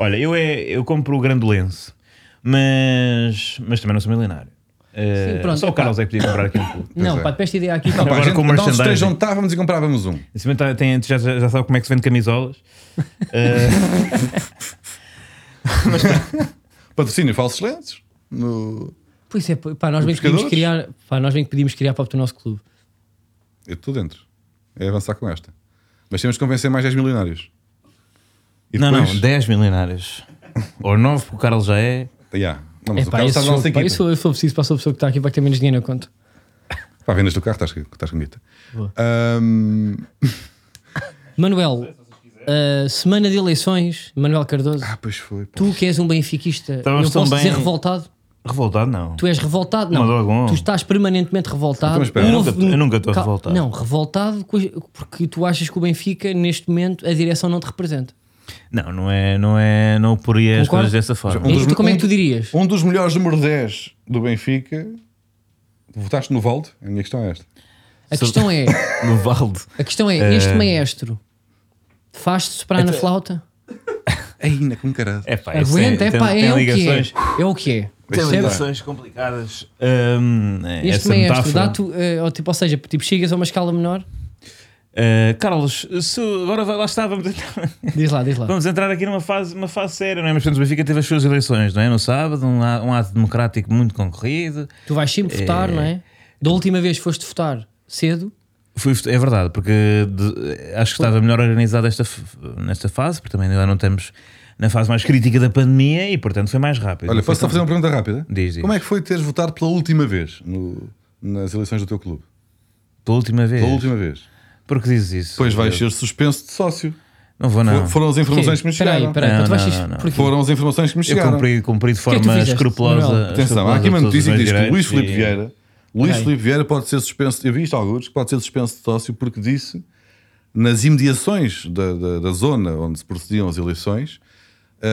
S3: Olha, eu, é, eu compro o grandulense, mas, mas também não sou milionário. Eh,
S1: Sim, pronto,
S3: só o
S1: epá.
S3: Carlos é que podia comprar aquele clube.
S1: Não,
S2: Pois é.
S1: pá, peste ideia aqui.
S2: Não, pá, a
S3: Agora
S2: gente,
S3: com
S2: então os três
S3: merchandising.
S2: juntávamos e comprávamos um.
S3: Em cima tá- tem- já, já já sabe como é que se vende camisolas. Eh,
S2: Patrocínio falsos lentes. No...
S1: Pois é, pá, nós bem que podíamos
S2: Pescadores?
S1: criar, pá, nós bem que podíamos criar para o nosso clube.
S2: Eu estou dentro. É avançar com esta. Mas temos que convencer mais 10 milionários. E
S3: não,
S2: depois-
S3: não, 10 milionários. Ou 9, porque o Carlos já é.
S2: Yeah. Não, mas
S1: É
S2: o
S1: pá,
S2: carro
S1: esse
S2: está na
S1: jogo,
S2: nossa
S1: pá, eu,
S2: equipa.
S1: sou, eu sou preciso para a pessoa que está aqui, vai ter menos dinheiro na conta.
S2: Pá, vendas do carro, estás, estás com guita.
S1: Boa.
S2: Ahm,
S1: Manuel, ah, semana de eleições, Manuel Cardoso,
S2: ah, pois foi. pá.
S1: tu que és um benfiquista,
S3: Estavas
S1: eu
S3: tão
S1: posso
S3: Então, bem-
S1: dizer revoltado?
S3: Revoltado, não.
S1: Tu és revoltado?
S3: Não, de algum.
S1: Não, tu estás permanentemente revoltado.
S2: Então, mas espera, eu
S1: Houve- um
S3: nunca- eu nunca estou revoltado.
S1: Não, revoltado co- porque tu achas que o Benfica, neste momento, a direção não te representa.
S3: Não, não é. Não, é, não poria as
S1: Concordo.
S3: coisas dessa forma.
S2: Um
S1: E
S2: dos-
S1: tu como é que
S2: um-
S1: tu dirias?
S2: Um dos melhores número 10 do Benfica. Votaste no Valde? A minha questão é esta.
S1: A
S3: Sobre-
S1: questão é,
S2: um
S3: No Valde.
S1: a questão é,
S3: Eh,
S1: este maestro faz-te soprar na flauta?
S2: Ainda com caralho.
S3: É Então, pá, isso
S1: Aguenta, é,
S3: tem-
S1: pá,
S3: tem
S1: é o que
S3: ligações.
S1: é. É o que é.
S3: Tem
S1: Percebes?
S3: ligações complicadas. Hum, é,
S1: Este
S3: essa
S1: maestro
S3: metáfora.
S1: dá-te, eh, ou, tipo, ou seja, tipo, chegas a uma escala menor,
S3: Uh, Carlos, se- agora vai- lá está, vamos entrar,
S1: diz lá, diz lá.
S3: vamos entrar aqui numa fase, uma fase séria, não é? Mas portanto, o Benfica teve as suas eleições, não é? No sábado, um, a- um ato democrático muito concorrido.
S1: Tu vais sempre votar, não é? Da última vez foste votar cedo,
S3: Fui, vot- é verdade, porque de- acho que estava melhor organizado esta, f- nesta fase, porque também ainda não estamos na fase mais crítica da pandemia e portanto foi mais rápido.
S2: Olha,
S3: Não foi
S2: posso só
S3: tão-
S2: fazer uma pergunta rápida?
S3: Diz, diz.
S2: Como é que foi teres votado pela última vez no- nas eleições do teu clube?
S3: Pela última vez.
S2: Pela última vez.
S3: Porque dizes isso.
S2: Depois vais
S3: Eu-
S2: ser suspenso de sócio.
S3: Não vou, não.
S2: Fo- Foram as informações que me
S1: Espera aí,
S2: chegaram.
S1: espera aí,
S3: Não,
S1: tu vais
S3: não,
S1: isto-
S3: não, não.
S1: porquê?
S2: Foram as informações que me
S3: Eu
S2: chegaram.
S3: cumpri, cumpri de
S1: é que tu
S3: forma
S1: fizeste, Manuel?
S3: escrupulosa.
S2: Atenção, há
S3: escrupulosa
S2: aqui uma
S3: todos os
S2: notícia que
S3: meus
S2: diz que o Luís
S3: direitos
S2: Filipe
S3: e-
S2: Vieira, o Luís
S1: Ok.
S2: Filipe Vieira pode ser suspenso. Eu vi isto alguns, pode ser suspenso de sócio porque disse nas imediações da, da, da zona onde se procediam as eleições, ah,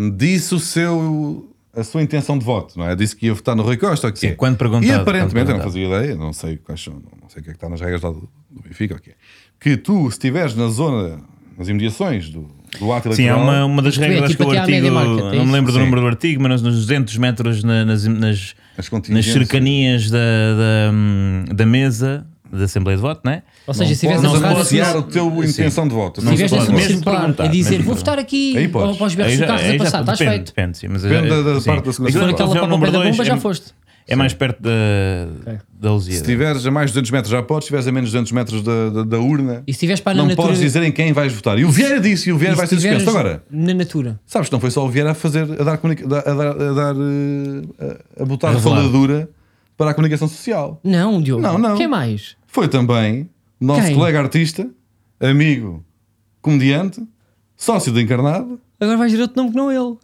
S2: ah, disse o seu a sua intenção de voto, não é? Disse que ia votar no Rui Costa, ou que
S3: Sim,
S2: é.
S3: quando perguntado,
S2: E
S3: quando
S2: aparentemente, eu não
S3: perguntado.
S2: fazia ideia, não sei quais são, não sei o que é que está nas regras lá do, do Benfica, ou o que é. Que tu, se estiveres na zona, nas imediações do, do ato eleitoral,
S3: Sim, é uma, uma das
S1: Isto é,
S3: regras
S1: tipo,
S3: que o
S1: até à
S3: artigo.
S1: Media Market, é
S3: não me
S1: isso?
S3: lembro do
S2: Sim.
S3: número do artigo, mas nos 200 metros na- nas, nas,
S2: as
S3: nas
S2: contingências-
S3: cercanias da, da, hum, da mesa da Assembleia de Voto, não é?
S1: Ou seja, se
S2: Podes
S1: tivesse um a
S3: pode
S1: se
S2: anunciar
S3: não-
S2: a tua
S3: Sim.
S2: intenção de voto. Não se
S1: tivesse a
S2: pode.
S3: mesmo
S1: solicitar
S3: perguntar,
S1: e dizer
S3: mesmo
S1: vou
S3: perguntar.
S1: votar aqui
S2: Aí
S1: ou
S2: podes.
S1: para os berros do carro
S3: aí
S1: a passar, estás
S3: depende,
S1: feito.
S3: Depende, sim, mas
S2: Depende
S3: é-
S2: da- da
S3: sim.
S2: parte da segurança.
S1: Se for
S2: Agora,
S1: aquela
S3: é um
S1: para o pé
S3: número
S1: da
S3: dois,
S1: bomba,
S3: é-
S1: já foste.
S3: É mais perto da,
S1: Ok.
S3: da Luzia.
S2: Se estiveres a mais de 200 metros já podes, se estiveres a menos de 200 metros da, da, da urna,
S1: E se tiveres para a
S2: não
S1: natura.
S2: podes dizer em quem vais votar. E o Vieira disse, e o
S1: e
S2: Vieira
S1: se
S2: vai ser
S1: tiveres
S2: suspenso. Agora,
S1: Na natura.
S2: sabes que não foi só o Vieira a fazer, a dar, comunica- da- a, dar, a, dar, eh, a, a botar a
S3: Revelar.
S2: faladura para a comunicação social.
S1: Não, Diogo.
S2: Não, não.
S1: Quem mais?
S2: Foi também o nosso
S1: Quem?
S2: colega artista, amigo, comediante, sócio do Encarnado,
S1: Agora vais dizer outro nome que não ele.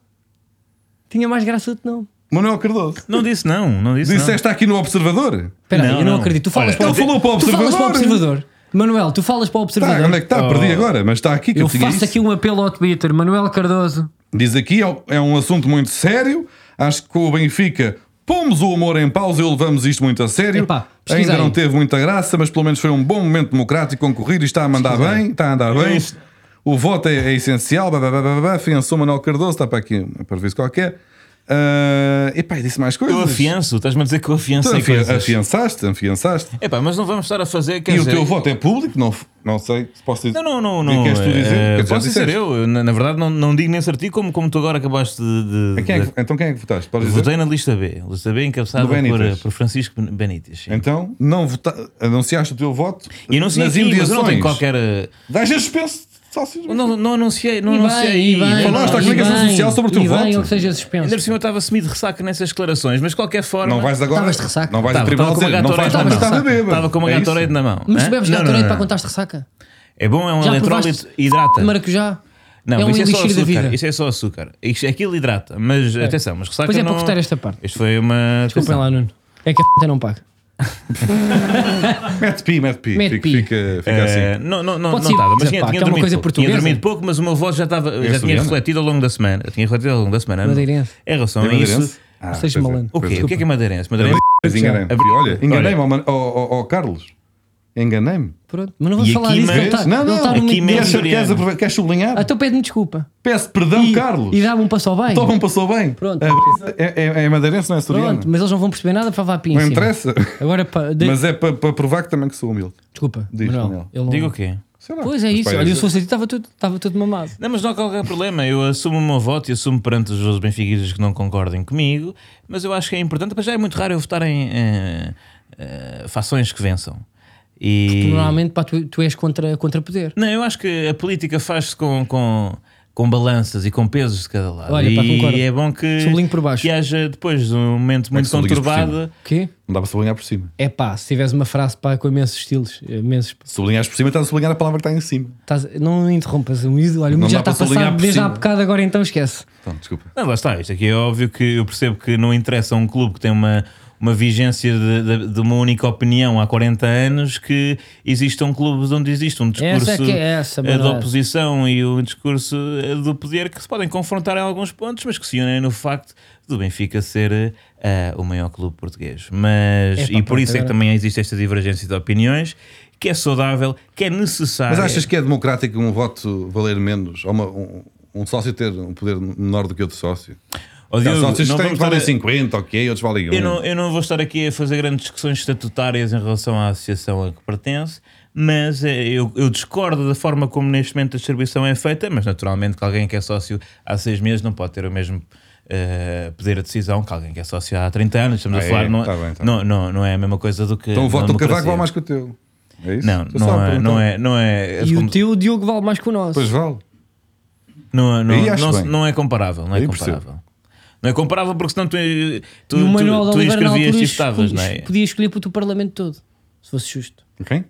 S1: Tinha mais graça outro nome.
S2: Manuel Cardoso.
S3: Não disse não, não disse não.
S2: Disseste aqui no Observador.
S1: Espera aí,
S3: Não,
S1: eu não
S3: não.
S1: acredito. Tu falas
S3: Olha,
S1: para o
S2: ele falou para o
S1: Então, Tu falas para o
S2: Observador.
S1: observador. Manuel, tu falas para o
S2: Tá, onde é
S1: observador.
S2: que está? Perdi agora, mas está aqui que eu,
S1: Eu
S2: tinha
S1: faço
S2: isso.
S1: aqui um apelo ao Twitter. Manuel Cardoso.
S2: Diz aqui, é um- é um assunto muito sério. Acho que com o Benfica pomos o amor em pausa e levamos isto muito a sério.
S1: Epá, pesquisa
S2: Ainda não
S1: aí.
S2: teve muita graça, mas pelo menos foi um bom momento democrático concorrido e está a mandar bem, está a andar
S3: É
S2: bem.
S3: isto.
S2: O voto é, é essencial. Blá, blá, blá, blá, blá. Afiançou Manuel Cardoso, está para aqui um prejuízo qualquer. Ah, epá, e disse mais coisas. Então
S3: Eu afianço, estás-me a dizer que eu
S2: Tu
S3: afiancei
S2: afi-
S3: coisas.
S2: afiançaste, afiançaste.
S3: Epá, mas não vamos estar a fazer. Quer
S2: E o
S3: dizer,
S2: teu voto é público? Não, f- não sei se posso dizer.
S3: Não, não, não.
S2: O
S3: não
S2: que é que queres tu dizer?
S3: eh,
S2: Quer dizer, já
S3: posso dizer
S2: disseste.
S3: eu. eu, Na, na verdade, não, não digo nesse artigo como, como tu agora acabaste de. de-
S2: A quem é
S3: de-
S2: que- então quem é que votaste? Podes dizer?
S3: Votei na lista B. Lista B encabeçada
S2: Do Benítez.
S3: por, por Francisco Benítez. sim.
S2: Então, não vota... anunciaste o teu voto
S3: E não sei
S2: nas
S3: aqui, mas eu não tenho
S2: imediações.
S3: qualquer. eh,
S2: Vais ser suspenso de sócios.
S3: Não, não anunciei,
S1: E
S3: não
S1: bem,
S3: anunciei.
S1: e bem,
S2: Falaste à
S1: e
S2: comunicação
S1: bem,
S2: social sobre o teu
S1: e bem,
S2: voto.
S1: ou que seja suspenso.
S3: Ainda por cima eu estava a assumir de ressaca nessas declarações, mas de qualquer forma.
S2: Não vais agora.
S1: Estavas de ressaca.
S2: Não vais a
S3: Estava, estava
S2: tribunal
S3: com uma
S2: dizer, não vais
S3: gatorade na
S2: mais
S3: mão.
S2: estar a beber.
S3: Estava com uma
S2: É isso?
S3: gatorade na mão.
S1: Mas
S3: Hã?
S1: tu bebes
S3: Não, não,
S1: Gatorade
S3: não,
S1: para
S3: não.
S1: contar ressaca.
S3: É bom, é um
S1: Já
S3: eletrólito,
S1: provaste
S3: hidrata.
S1: De maracujá.
S3: Não,
S1: é um
S3: mas isso é só
S1: elixir da vida.
S3: açúcar. Isso é só açúcar. Isto, aquilo hidrata. Mas atenção, mas ressaca.
S1: Pois é, para
S3: não-
S1: cortar esta parte.
S3: Isto foi uma.
S1: Desculpem
S3: atenção.
S1: lá, Nuno. É que a não paga.
S2: Mete pi, mete pi.
S1: Mete
S2: Fica,
S1: pi.
S2: fica, fica
S3: Eh,
S2: assim.
S3: Não, não, não, não
S1: Pode ser,
S3: estava, mas
S1: pá,
S3: tinha,
S1: que é
S3: tinha,
S1: uma
S3: dormido
S1: coisa
S3: pouco.
S1: portuguesa.
S3: tinha dormido pouco, mas o meu voto já
S2: É
S3: estava, eu já tinha
S2: açoriana?
S3: refletido ao longo da semana. Eu tinha refletido ao longo da semana.
S1: Madeirense.
S3: Em relação
S2: É
S3: a
S2: madeirense?
S3: isso.
S2: Ah,
S1: Não sejas
S2: pois é.
S1: malandro.
S3: O quê? O que é que é madeirense? Madeirense?
S1: é.
S3: É
S2: Mas enganei-me.
S3: Abri-
S2: é Olha, enganei-me ao Man- ao- ao ao Carlos. Enganei-me.
S1: Pronto. Mas não vamos
S3: E
S1: falar
S3: aqui
S1: disso. Ele
S3: mesmo-
S1: está,
S2: Não,
S1: ele está
S2: não.
S1: tá no
S3: aqui
S1: meio-
S3: mesmo-
S2: Queres- Queres
S3: açoriano.
S2: apro- queres sublinhar?
S1: Então pede-me desculpa.
S2: Peço perdão, Carlos.
S1: E dá-me um passo ao bem.
S2: Então não passou bem.
S1: Pronto.
S2: A brisa É é- é madeirense, não é soriana?
S1: Pronto, mas eles não vão perceber nada para vá
S2: Não
S1: pinça.
S2: interessa.
S1: Agora, pa- de-
S2: Mas é para para provar que também que sou humilde.
S1: desculpa,
S2: Diz,
S1: Manuel.
S2: Manuel.
S1: ele não-
S3: Diga o quê?
S2: Sei lá.
S1: Pois é
S2: Mas
S1: isso.
S2: pá,
S1: Olha, eu sou sentido, estava tudo, estava tudo mamado.
S3: Não, mas não há qualquer problema. Eu assumo o meu voto e assumo perante os outros benfiquistas que não concordem comigo, mas eu acho que é importante, mas já é muito raro eu votar em eh, eh, fações que vençam. E...
S1: Normalmente, pá, tu, tu és contra, contra poder.
S3: Não, eu acho que a política faz-se com, com, com balanças e com pesos de cada lado.
S1: Olha, pá, concordo.
S3: e é bom que,
S1: Sublinho por baixo.
S3: que haja depois um momento
S2: é
S3: muito
S2: que sublinhas por
S3: conturbado.
S1: O quê?
S2: Não dá para sublinhar por cima.
S1: É pá, se tiveres uma frase pá, com imensos estilos, imensos.
S2: Sublinhares por cima, estás a sublinhar a palavra que está em cima.
S1: Estás- não interrompas o miúdo. Olha, o
S2: Não
S1: miúdo já
S2: dá para
S1: está
S2: sublinhar
S1: passado
S2: por
S1: desde há
S2: cima.
S1: bocado, agora então esquece.
S2: Então, desculpa.
S3: Não, lá está, isto aqui é óbvio que eu percebo que não interessa a um clube que tem uma, uma uma vigência de, de- de uma única opinião há 40 anos que existam clubes onde existe um discurso
S1: Essa é que é essa,
S3: eh, da
S1: verdade.
S3: oposição e o discurso eh, do poder que se podem confrontar em alguns pontos, mas que se unem no facto do Benfica ser eh, o maior clube português. Mas,
S1: Epá,
S3: e por
S1: pronto,
S3: isso é que
S1: agora-
S3: também existe esta divergência de opiniões, que é saudável, que é necessária.
S1: Ah,
S2: Mas achas que é democrático um voto valer menos? Ou uma- um, um sócio ter um poder menor do que outro sócio?
S3: Ó,
S2: Há
S3: Diogo,
S2: sócios que têm,
S3: não vamos estar
S2: valem
S3: a-
S2: 50, ok, outros valem 1.
S3: Eu não, eu não vou estar aqui a fazer grandes discussões estatutárias em relação à associação a que pertence, mas eh, eu, eu discordo da forma como neste momento a distribuição é feita, mas naturalmente que alguém que é sócio há seis meses não pode ter o mesmo eh, poder de decisão que alguém que é sócio há 30 anos. Estamos
S2: Ah,
S3: a
S2: é?
S3: falar, não,
S2: Tá bem, tá
S3: não, não, não é a mesma coisa do que.
S2: Então o voto
S3: na
S2: do Cavaco
S3: democracia.
S2: vale mais que o teu. É isso?
S3: Não,
S2: Tu
S3: não
S2: sabes,
S3: é,
S2: então.
S3: não é, não é,
S1: E
S3: como-
S1: o teu Diogo vale mais que o nosso.
S2: Pois vale.
S3: não, não,
S2: Aí acho
S3: não,
S2: bem.
S3: não é comparável, não é
S2: Aí percebo.
S3: comparável. Não é comparável porque senão tu, é, tu,
S1: e o
S3: tu,
S1: Manuel
S3: tu,
S1: de Oliveira na
S3: inscrevias
S1: altura
S3: e estavas, não é?
S1: es- podia escolher para o teu Parlamento todo, se fosse justo.
S2: Ok?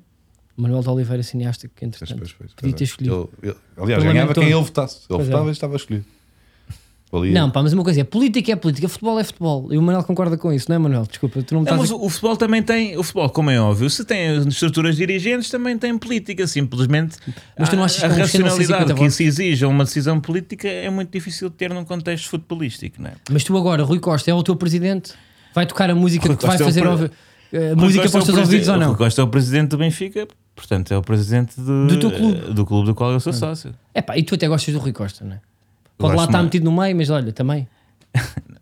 S1: O Manuel de Oliveira, cineasta, que
S2: Pois,
S1: entretanto
S2: pois, pois,
S1: podia
S2: pois
S1: ter
S2: é.
S1: escolhido.
S2: Ele- ele- aliás,
S1: Parlamento
S2: ganhava quem
S1: todo.
S2: ele votasse. Ele
S1: Pois é.
S2: votava e estava escolhido. Valia.
S1: Não, pá, mas uma coisa é política é política, futebol é futebol. E o Manuel concorda com isso, não é, Manuel? Desculpa, tu não me
S3: Não, mas
S1: estás. a-
S3: o o futebol também tem, o futebol, como é óbvio, se tem estruturas dirigentes, também tem política, simplesmente.
S1: Mas tu não
S3: a-
S1: achas que
S3: a
S1: com os 150
S3: racionalidade que
S1: votos?
S3: se exige a uma decisão política é muito difícil de ter num contexto futebolístico, não é?
S1: Mas tu agora, Rui Costa, é o teu presidente, vai tocar a música
S3: Rui
S1: que te vai
S3: Costa é o
S1: fazer
S3: pre-
S1: ouvir. eh, música
S3: é
S1: para os teus ouvidos ou não?
S3: Gosta é o presidente do Benfica, portanto é o presidente do,
S1: Do teu clube.
S3: do clube do qual eu sou sócio.
S1: É pá, e tu até gostas do Rui Costa, não é? Pode
S3: Gosto
S1: lá estar
S3: muito.
S1: metido no meio, mas olha, também.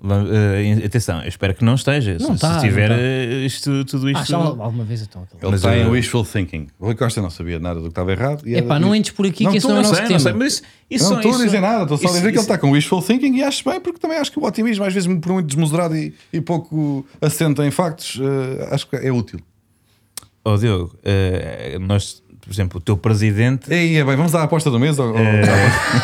S3: Vamos, eh, atenção, eu espero que não esteja. Se-
S1: Não tá.
S3: se,
S1: está,
S3: tiver
S1: não está.
S3: eh, isto, tudo
S1: Ah,
S3: isto.
S1: já alguma vez então. aquele-
S2: Ele
S3: Mas eh,
S2: está em
S3: eu-
S2: wishful thinking. O Rui Costa não sabia nada do que estava errado. e
S1: É pá,
S2: era-
S1: não entres por aqui que esse
S3: tu
S1: não é o nosso
S3: sei,
S1: tema.
S3: sei, mas isso- isso
S2: Eu não
S3: só-
S2: estou a
S3: isso-
S2: dizer nada, estou só a
S3: isso-
S2: dizer que ele
S3: isso-
S1: tá-
S2: está com wishful thinking e acho bem, porque também acho que o otimismo, às vezes muito- por muito desmesurado e, e pouco assente em factos, eh, acho que é útil.
S3: Ó Diogo, eh, nós, por exemplo, o teu presidente.
S2: E aí, é bem, vamos à aposta do mês? Ou, ou- Não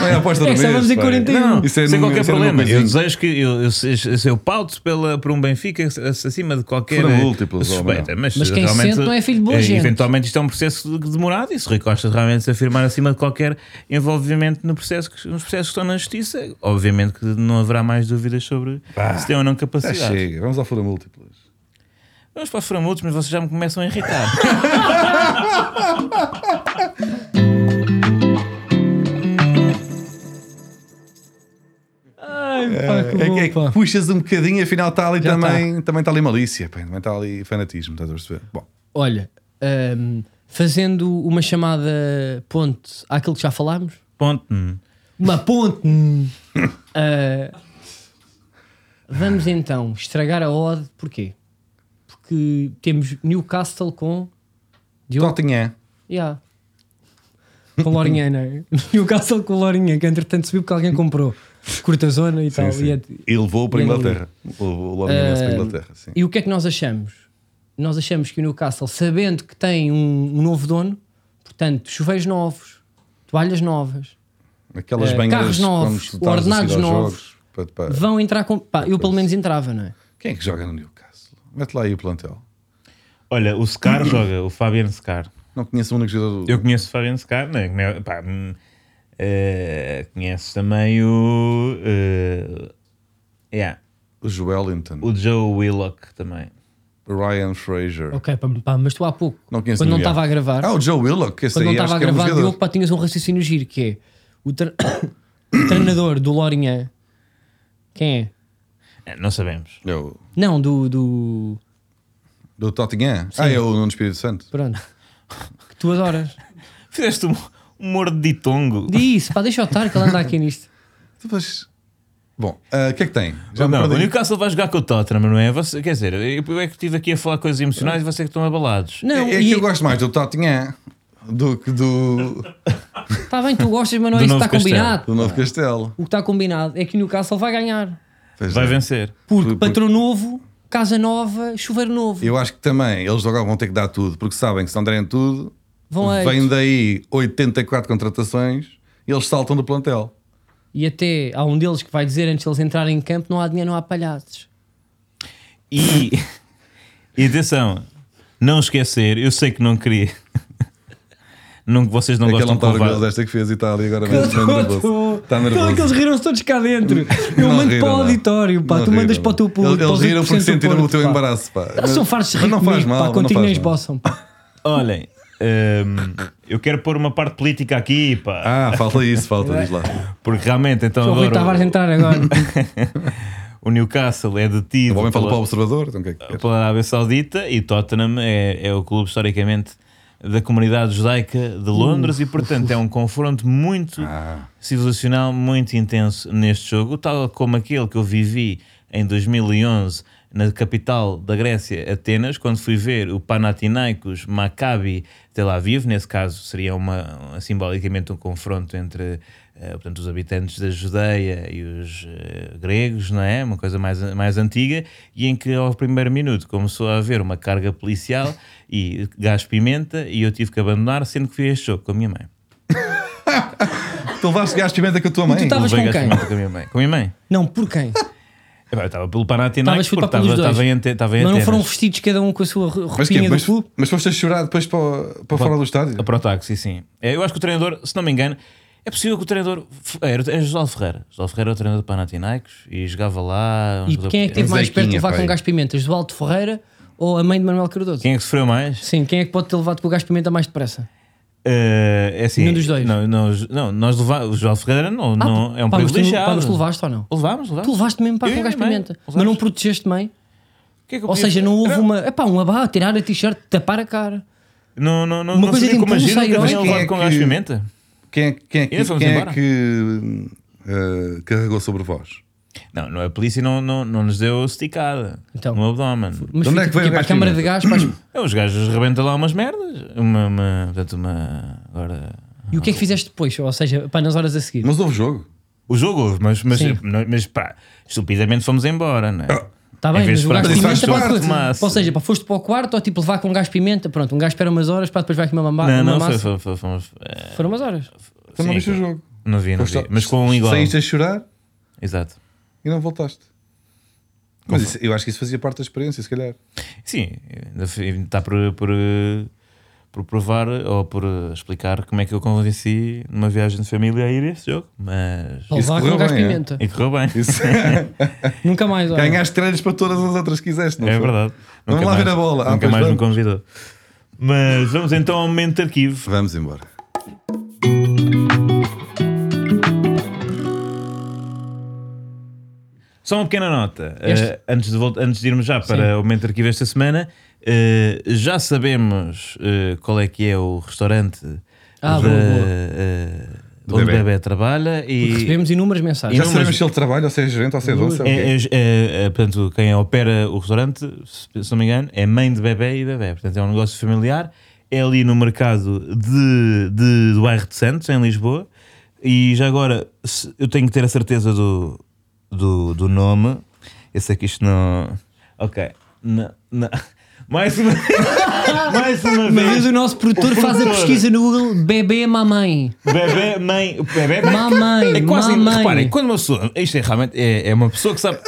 S2: é a aposta do
S1: É que
S2: mês.
S1: só vamos em
S2: pá.
S1: 41.
S2: Não, isso é
S3: sem
S2: num-
S3: qualquer
S2: isso é num
S3: problema. Eu
S2: coisinho.
S3: desejo que eu, eu, se- se eu pauto pela, por um Benfica acima de qualquer eh,
S2: Foram múltiplas,
S3: suspeita.
S2: ou
S3: Mas,
S1: Mas quem
S3: realmente,
S1: sente não é filho de boa
S3: eh,
S1: gente.
S3: Eventualmente isto é um processo de- demorado e se o Rui Costa realmente se afirmar acima de qualquer envolvimento no processo, que- nos processos que estão na justiça, obviamente que não haverá mais dúvidas sobre se tem ou não
S2: Já
S3: capacidade.
S2: Ah, chega, vamos à fura múltiplas.
S3: Vamos para os framultos, mas vocês já me começam a irritar.
S1: Ai, pá, que
S2: É que,
S1: bom,
S2: é que
S1: pá.
S2: puxas um bocadinho, afinal está ali
S1: Já tá.
S2: também, também está ali malícia, pá, também está ali fanatismo, estás a perceber? Bom,
S1: Olha, hum, fazendo uma chamada ponte àquilo que já falámos,
S3: Ponto. hum.
S1: uma ponte. hum, ah, vamos então estragar a odd, porquê? Porque temos Newcastle com. Diogo?
S2: Tottenham.
S1: Yeah. Com Lourinhã, não é? Newcastle com Lourinhã, que entretanto subiu porque alguém comprou. Curta zona e tal.
S2: Sim, sim.
S1: E é-
S2: E levou para a
S1: e é dali.
S2: Inglaterra. Levou logo imenso para a
S1: Ah,
S2: Inglaterra, sim.
S1: E o que é que nós achamos? Nós achamos que o Newcastle, sabendo que tem um, um novo dono, portanto, chuveiros novos, toalhas novas,
S2: Aquelas
S1: eh,
S2: banheiras
S1: carros novos,
S2: quando tu estás a
S1: ordenados
S2: seguir aos
S1: novos.
S2: jogos, pá, pá.
S1: vão entrar com. Pá, eu pelo menos entrava, não é?
S2: Quem é que joga no Newcastle? Mete lá aí o plantel.
S3: Olha, o Scar joga, o Fabian Scar.
S2: Não conheço o único jogador do.
S3: Eu conheço o Fabian Scar, né? Como é- pá, hum, eh, conheço também o. eh, yeah,
S2: O Joelinton,
S3: o Joe Willock também.
S2: o Ryan Fraser.
S1: Ok, pá, pá, mas tu há pouco,
S2: Não conheço
S1: quando não
S2: ninguém.
S1: estava a gravar,
S2: Ah, o Joe Willock, esse
S1: quando não
S2: aí
S1: estava
S2: acho
S1: a
S2: que é um
S1: gravar, Diogo,
S2: jogador.
S1: pá, tinhas um raciocínio giro que é o, tre- o treinador do Lourinhã. Quem é?
S3: Eh, Não sabemos.
S2: É o-
S1: Não, do. do
S2: Do Tottenham. Ah, é o Nuno Espírito Santo.
S1: pronto. Que tu adoras.
S3: Fizeste um humor de ditongo.
S1: Diz, pá, deixa eu estar que ele anda aqui nisto.
S2: Depois- Então, Bom, ah, o que é que tem? me
S3: não, o
S2: perdi.
S3: Newcastle vai jogar com o Tottenham, não é? Você, quer dizer, eu é que estive aqui a falar coisas emocionais e vocês é que estão abalados.
S1: Não,
S2: é, é que eu gosto mais do Tottenham do que do,
S1: Está bem, tu gostas, mas não é
S3: Do
S1: isso que
S3: novo
S1: está
S3: Castelo.
S1: combinado.
S2: do Novo Castelo.
S1: O que está combinado é que o Newcastle vai ganhar.
S2: Pois
S3: Vai
S2: é.
S3: vencer.
S1: Porque
S2: Por- por-
S1: patrão novo, casa nova, chuveiro novo.
S2: Eu acho que também eles agora vão ter que dar tudo, porque sabem que se não derem tudo,
S1: Vão a
S2: vêm
S1: oito.
S2: daí 84 contratações e eles saltam do plantel.
S1: E até há um deles que vai dizer antes de eles entrarem em campo: não há dinheiro, não há palhaços.
S3: E, e atenção, não esquecer, eu sei que não queria. Não É que vocês não
S2: Aquele
S3: gostam
S2: António
S3: convado.
S2: Gomes desta que fez e está ali agora
S1: Eu
S2: mesmo.
S1: tô-
S2: Tá nervoso.
S1: tô-
S2: Está
S1: Então é que eles
S2: nervoso.
S1: riram-se todos cá dentro. Eu
S2: Não
S1: mando
S2: riram,
S1: para o
S2: não.
S1: auditório, pá.
S2: Não
S1: tu mandas
S2: riram,
S1: para o teu
S2: não.
S1: público.
S2: Eles,
S1: para os
S2: eles riram
S1: 20%
S2: porque
S1: do
S2: sentiram o
S1: Porto,
S2: teu
S1: pá.
S2: embaraço, pá.
S1: Eles são fartos de
S2: Mas
S1: rir
S2: não faz
S1: comigo,
S2: mal.
S1: pá.
S2: não
S1: Contigo nem
S2: faz mal.
S1: esboçam, pá.
S3: Olhem, hum, eu quero pôr uma parte política aqui, pá.
S2: Ah, falta isso,
S1: é?
S2: falta, diz lá.
S3: Porque realmente, então
S1: Só o Rui
S3: agora
S1: Tavares a entrar agora.
S3: o Newcastle é
S2: O
S3: detido
S2: homem fala para o
S3: pela,
S2: observador, então o que é que queres?
S3: pela Arábia Saudita e Tottenham é, é o clube historicamente da comunidade judaica de Londres e, portanto, é um confronto muito civilizacional, muito intenso neste jogo, tal como aquele que eu vivi em 2011 na capital da Grécia, Atenas, quando fui ver o Panathinaikos Maccabi Tel Aviv, nesse caso seria uma, um- simbolicamente um confronto entre eh, portanto, os habitantes da Judeia e os eh, gregos, não é? Uma coisa mais, mais antiga, e em que ao primeiro minuto começou a haver uma carga policial e gás pimenta, e eu tive que abandonar, sendo que fui a este jogo com a minha mãe.
S2: Tu levaste gás de pimenta com a tua mãe.
S1: tu tá tava- Estavas com
S3: Levei gás
S1: quem?
S3: pimenta Com a minha mãe. Com a minha mãe.
S1: Não, por quem?
S3: Epá, Eu estava pelo Panathinaikos
S1: Estavas
S3: porque
S1: a chutar pelos dois.
S3: estava estava em, Ate- estava em
S1: Mas não
S3: Atenas.
S1: foram vestidos cada um com a sua ro-
S2: Mas, quê?
S1: roupinha do
S2: mas,
S1: clube?
S2: mas foste a chorar depois para, o- para fora do estádio?
S3: Para o táxi, sim. É, Eu acho que o treinador, se não me engano, é possível que o treinador. É, era- é José Ferreira. José Ferreira era o treinador do Panathinaikos e jogava lá. um
S1: E
S3: jogador
S1: quem é que teve
S2: Um
S1: mais perto de
S2: Zequinha,
S1: levar
S2: pai.
S1: com gás pimentas? Do Alto Ferreira ou a mãe de Manuel Cardoso?
S3: Quem é que sofreu mais?
S1: Sim, quem é que pode ter levado com o gás pimenta mais depressa?
S3: Eh, é assim,
S1: Nenhum dos dois. Ah,
S3: Não, não, não, nós levámos. O João Ferreira não, não é um
S1: pá, mas tu-
S3: privilegiado.
S1: pá, mas tu levaste ou não?
S3: Levámos, levámos.
S1: Tu levaste mesmo para
S3: Eu
S1: com
S3: e
S1: o gás
S3: a minha mãe.
S1: pimenta, mas
S3: Levámos.
S1: não protegeste bem.
S3: O que é que eu
S1: Ou
S3: podia-
S1: seja, não houve
S3: Era-
S1: uma. É pá, um abá, tirar a t-shirt, tapar a cara.
S3: Não, não, não,
S1: uma
S3: não
S1: coisa tipo de
S3: sabia como agir,
S1: impulso
S3: nunca
S1: heróico.
S3: tinha
S2: Quem é
S3: levado com
S2: que-
S3: gás pimenta.
S2: Quem é, quem é que,
S3: E fomos
S2: quem é
S3: embora.
S2: que, eh, carregou sobre vós?
S3: Não, não, a polícia não, não, não nos deu esticada
S1: Então.
S3: no abdômen.
S1: Mas
S2: De onde é
S1: fica
S2: que veio
S1: aqui
S2: o
S1: para a
S2: gás
S1: câmara de gás. para as-
S3: É, Os gajos rebentam lá umas merdas. Uma, uma, portanto, uma. Agora.
S1: E o que é que fizeste depois? Ou seja, pá, nas horas a seguir.
S2: Mas houve jogo.
S3: O jogo houve, mas, mas,
S1: Sim. Ah.
S3: não- mas pá, estupidamente fomos embora, não é?
S1: Está Tá bem,
S3: Em
S1: mas
S3: vez de
S1: o gás
S3: falar
S2: disso, faz
S1: pimenta
S2: parte,
S1: pode-
S3: mas-
S1: Ou seja, pá, foste para o quarto ou tipo levar com gás pimenta. Pronto, um gajo espera umas horas, pá, depois vai aqui uma mamada.
S3: não,
S1: uma
S3: não,
S1: massa.
S3: foi, foi, foi, fomos. eh,
S1: Foram umas horas.
S2: Tu não
S3: sim,
S2: viste o
S3: claro.
S2: jogo.
S3: Não vi, não vi.
S2: Foste-
S3: Mas com um igual.
S2: Saíste a chorar
S3: Exato.
S2: e não voltaste. Mas isso- eu acho que isso fazia parte da experiência, se calhar.
S3: Sim, ainda f- ainda está por, por, eh, por provar ou por eh, explicar como é que eu convenci numa viagem de família a ir a esse jogo. Mas.
S1: Para
S2: Isso
S1: levar
S2: correu
S1: com gás
S2: bem, é?
S1: pimenta.
S3: E correu bem.
S2: Isso.
S1: Nunca mais. olha.
S2: Ganhaste treinos para todas as outras que quiseste, não
S3: É
S2: foi?
S3: verdade.
S2: Vamos
S3: Nunca
S2: lá
S3: mais-
S2: ver a bola. Ah,
S3: Nunca
S2: pois
S3: mais me
S2: vamos.
S3: convidou. Mas vamos então ao momento de arquivo.
S2: Vamos embora.
S3: Só uma pequena nota,
S1: Este-
S3: eh, antes, de vol- antes de irmos já para o momento de arquivo esta semana, eh, já sabemos eh, qual é que é o restaurante
S1: Ah,
S3: da-
S1: boa, boa.
S3: eh,
S2: Do
S3: onde o
S2: bebé.
S3: bebê trabalha e
S1: Recebemos inúmeras
S2: Já
S1: mensagens.
S3: Não,
S2: sabemos
S3: mas-
S2: se ele trabalha, ou se é gerente, ou se é dono. se é o
S3: é,
S2: quê.
S3: é- é- é, portanto, quem opera o restaurante, se se não me engano, é mãe de bebê e bebê, portanto é um negócio familiar, é ali no mercado de, de- do bairro de Santos, em Lisboa, e já agora se- eu tenho que ter a certeza do, do, do nome. Eu sei que isto não. Ok. Não, não. Mais uma Mais uma
S1: Mas
S3: vez.
S1: o nosso produtor
S3: O
S1: faz a
S3: produtor.
S1: pesquisa no Google bebê mamãe.
S3: Bebê, mãe, bebê,
S1: Mamãe,
S3: É quase,
S1: mamãe.
S3: reparem, quando uma pessoa, isto é realmente, é, é uma pessoa que sabe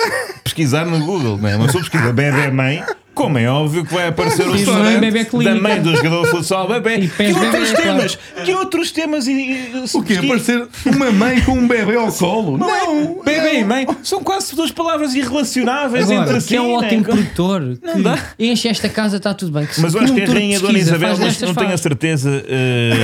S3: pesquisar no Google, não é? Uma pessoa pesquisa bebê, mãe, como é óbvio que vai aparecer o
S1: E
S3: restaurante
S1: mãe, bebé
S3: da
S1: clínica.
S3: mãe do jogador de futsal, bebê.
S1: E
S3: Que
S1: pés
S3: outros
S1: bebé,
S3: temas? Que outros temas? E, e- se
S2: O quê?
S3: pesquisa-
S2: Aparecer uma mãe com um bebê ao colo? Não!
S3: Bebê e mãe são quase duas palavras irrelacionáveis
S1: Agora,
S3: entre
S1: que
S3: si.
S1: é um
S3: né?
S1: ótimo produtor. que
S3: dá.
S1: Enche esta casa, está tudo bem.
S3: Mas eu acho que é a
S1: produtor um de
S3: rainha Dona
S1: pesquisa
S3: Isabel,
S1: faz
S3: mas
S1: destas
S3: não tenho a
S1: faz?
S3: certeza.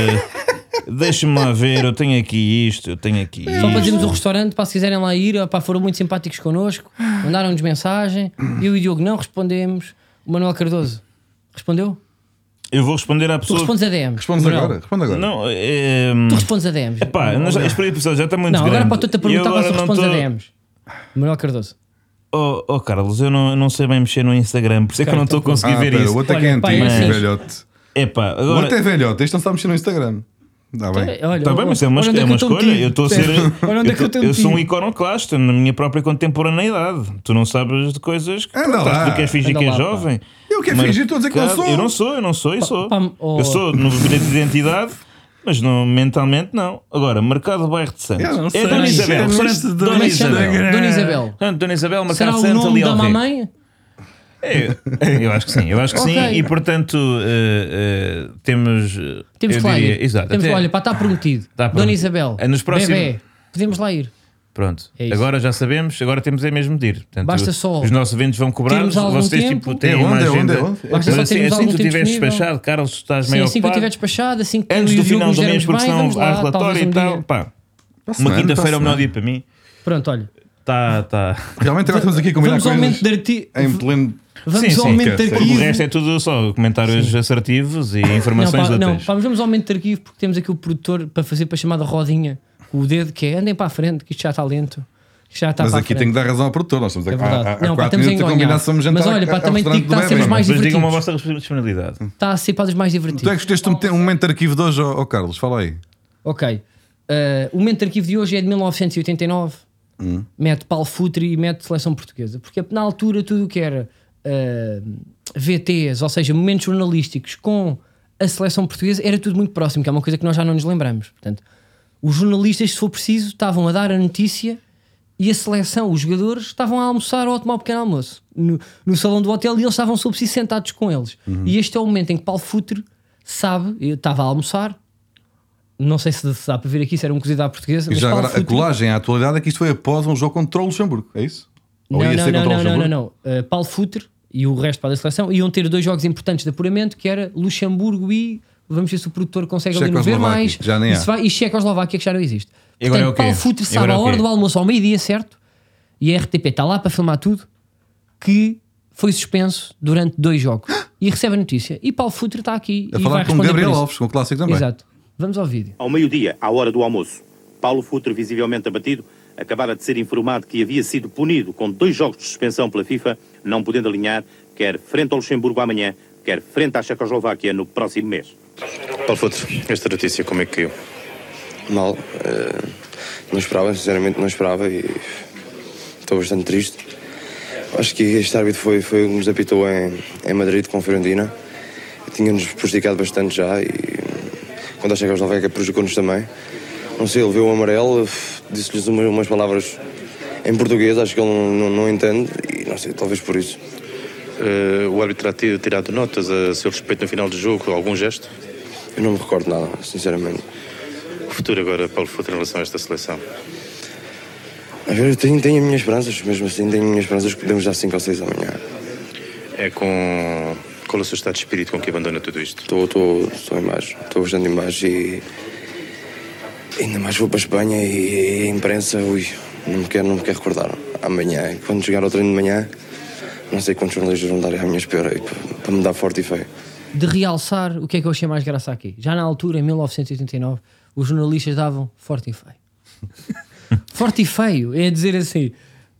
S3: eh, Deixa-me lá ver, eu tenho aqui isto, eu tenho aqui
S1: Só
S3: isto.
S1: fazemos o restaurante, para se quiserem lá ir, opá, foram muito simpáticos connosco, mandaram-nos mensagem, eu e o Diogo não respondemos, o Manuel Cardoso respondeu?
S3: Eu vou responder à
S1: Tu
S3: pessoa.
S1: respondes a DMs.
S2: Respondes
S1: Manuel,
S2: agora, responde agora.
S3: Não, ehm,
S1: Tu respondes a DMs.
S3: Pá,
S1: Manuel.
S3: nós, este episódio já está muito
S1: eh, não,
S3: grande.
S1: agora para tu te
S3: E
S1: perguntar
S3: agora
S1: qual se
S3: não
S1: respondes
S3: tô-
S1: a DMs. Manuel Cardoso.
S3: Oh, oh, Carlos, eu não, eu não sei bem mexer no Instagram, por isso é que eu
S1: Ok,
S3: não estou a
S1: então
S3: conseguir
S2: Ah,
S3: ver
S2: pera, o
S3: isso.
S2: outro é que é
S1: Olha, pá,
S2: antigo,
S3: é assim.
S2: velhote. O
S3: Epá,
S2: outro
S3: agora.
S2: é velhote, este não sabe mexer no Instagram. Dá bem.
S1: Olha,
S3: Está bem, mas é uma,
S1: olha onde
S3: é uma
S1: que eu tô
S3: escolha.
S1: metido.
S3: Eu estou a ser.
S1: Olha onde é que eu
S3: eu,
S1: estou
S3: tô- eu sou um
S1: metido.
S3: iconoclasta na minha própria contemporaneidade. Tu não sabes de coisas que
S2: Anda
S3: pronto,
S2: lá.
S3: tu queres fingir
S1: Anda
S3: que é
S1: lá, pá.
S3: jovem.
S2: Eu quero fingir, estou a dizer que não
S3: cara,
S2: sou.
S3: Eu não sou, eu não sou, eu sou.
S1: pá, oh.
S3: Eu sou no direito de identidade, mas não, mentalmente não. Agora, mercado bairro de Santos.
S2: Eu não sei.
S3: é Dona Isabel.
S2: Cheira-me
S3: restaurante
S2: de
S3: Dona
S1: Como é que se chama?
S3: Isabel.
S1: Dona Isabel.
S3: Portanto, Dona Isabel, mercado
S1: Será
S3: de
S1: o
S3: Santos
S1: nome
S3: ali ao
S1: da
S3: vivo. É,
S1: mamãe?
S3: Eu, eu acho que sim, eu acho que sim.
S1: Ok.
S3: E portanto, eh, eh, temos. eh,
S1: Temos
S3: eu
S1: que lá
S3: diria-
S1: ir.
S3: Exato.
S1: Temos que
S3: até-
S1: lá, olha, pá, está prometido.
S3: Tá
S1: Dona
S3: prometido.
S1: Isabel,
S3: É, nos próximos-
S1: bebê, podemos lá ir.
S3: Pronto,
S1: É isso.
S3: agora já sabemos, agora temos é mesmo de ir. Portanto,
S1: Basta só
S3: Os nossos eventos vão cobrar,
S1: termos algum
S3: vocês
S1: tempo.
S3: tipo têm
S2: É
S3: uma
S2: onde, é onde,
S3: agenda.
S2: é onde?
S1: Basta
S3: Mas
S1: só
S3: assim,
S1: termos
S3: assim que
S1: algum
S3: tu
S1: tempo
S3: tiveres
S1: disponível.
S3: despachado, Carlos, tu estás
S1: Sim,
S3: meio
S1: assim que eu
S3: ocupado.
S1: estiver despachado, assim que tu
S3: Antes
S1: e o
S3: do
S1: Diogo
S3: final
S1: nos
S3: do mês,
S1: dermos
S3: porque
S1: bem,
S3: senão
S1: vamos lá,
S3: há relatório
S1: talvez
S3: e
S1: um
S3: tal.
S1: dia.
S3: Pá,
S2: Para a
S3: uma
S2: semana, para a
S3: quinta-feira é o melhor
S2: semana.
S3: dia para mim.
S1: Pronto, olha.
S3: Tá, tá.
S2: Realmente agora estamos aqui a combinar
S1: Vamos ao aumento
S2: coisas
S1: de arti...
S2: em pleno...
S1: Vamos
S3: Sim,
S1: ao
S3: sim.
S1: aumento de
S2: Porque
S3: Porque o
S1: arquivo.
S3: resto é tudo só comentários assertivos e
S1: Não,
S3: informações
S1: pá, não
S3: úteis.
S1: pá, mas vamos ao aumento de arquivo porque temos aqui o produtor para fazer para chamar da rodinha com o dedo que é andem para a frente, que isto já está lento. Isto já está
S2: Mas
S1: para
S2: aqui
S1: a
S2: tenho
S1: frente.
S2: que dar razão ao produtor. Nós estamos
S1: Tá, É
S2: aqui há,
S1: verdade.
S2: há, há
S1: Não, pá,
S2: quatro
S1: estamos a
S2: minutos a
S1: enganar.
S2: combinar se vamos jantar
S1: Mas olha, pá,
S2: ao
S1: também digo
S2: restaurante
S1: que
S2: do
S1: está sempre
S2: Bebem. é?
S1: mais
S3: Mas digam uma
S1: divertidos.
S3: vossa personalidade.
S1: Está a ser para os mais
S2: Tu é
S1: divertidos.
S2: que escolheste um, te- um momento de arquivo de hoje, ó ó Carlos? Fala aí.
S1: Ok. Uh, o momento de arquivo de hoje é de 1989. Mete Paulo Futre e mete seleção portuguesa. Porque na altura tudo o que era uh, VTs, ou seja, momentos jornalísticos com a seleção portuguesa, era tudo muito próximo, que é uma coisa que nós já não nos lembramos. Portanto, os jornalistas, se for preciso, estavam a dar a notícia e a seleção, os jogadores, estavam a almoçar ou a tomar um pequeno almoço no, no salão do hotel e eles estavam sobre si sentados com eles. E este é o momento em que Paulo Futre sabe, eu estava a almoçar, não sei se dá para ver aqui, se era uma curiosidade portuguesa.
S2: E
S1: Mas
S2: já
S1: Paulo
S2: agora, a
S1: Futre-
S2: colagem à atualidade é que isto foi após um jogo contra o Luxemburgo, é isso?
S1: Não,
S2: Ou ia
S1: não,
S2: ser
S1: não,
S2: contra
S1: não,
S2: o
S1: não, não,
S2: Luxemburgo?
S1: não. Uh, Paulo Futre e o resto para a seleção iam ter dois jogos importantes de apuramento, que era Luxemburgo e vamos ver se o produtor consegue ali não ver
S2: Checoslováquia,
S1: mais.
S2: que já nem há.
S1: e, se vai, e Checoslováquia, que já não existe.
S3: E agora é o quê?
S1: Paulo Futre
S3: E
S1: sabe
S3: agora é
S1: a
S3: o
S1: hora
S3: quê?
S1: do almoço ao meio-dia, certo? E a RTP está lá para filmar tudo, que foi suspenso durante dois jogos. E recebe a notícia. E Paulo Futre está aqui
S2: A
S1: e vai
S2: falar com
S1: responder por
S2: Gabriel
S1: isso.
S2: Alves, com o clássico também.
S1: Exato. Vamos ao vídeo.
S4: Ao meio-dia, à hora do almoço, Paulo Futre, visivelmente abatido, acabara de ser informado que havia sido punido com dois jogos de suspensão pela FIFA, não podendo alinhar quer frente ao Luxemburgo amanhã, quer frente à Checoslováquia no próximo mês.
S5: Paulo Futre, esta notícia como é que caiu?
S6: Mal. eh, não esperava, sinceramente não esperava e estou bastante triste. Acho que este árbitro foi, foi o que nos apitou em, em Madrid com a Fiorentina. Tinha-nos prejudicado bastante já e quando a Checoslováquia prejudicou-nos também. Não sei, ele viu o amarelo, f- disse-lhes uma- umas palavras em português, acho que ele não, não- não entende e não sei, talvez por isso.
S5: Eh, o árbitro terá tido- tirado notas a seu respeito no final do jogo, algum gesto?
S6: Eu não me recordo nada, sinceramente.
S5: O futuro agora, Paulo Futre, em relação a esta seleção?
S6: A ver, eu tenho, tenho as minhas esperanças, mesmo assim tenho as minhas esperanças que podemos dar 5 ou 6 amanhã.
S5: É com. Qual é o seu estado de espírito com que abandona tudo isto?
S6: Estou, estou, estou em baixo, estou bastante em baixo e ainda mais vou para a Espanha e a imprensa, ui, não me quero, não me quero recordar. Amanhã, quando chegar ao treino de manhã, não sei quantos jornalistas vão dar à minha espera e para, para me dar forte e feio.
S1: de realçar o que é que eu achei mais graça aqui. Já na altura, em 1989, os jornalistas davam forte e feio. forte e feio, é dizer assim.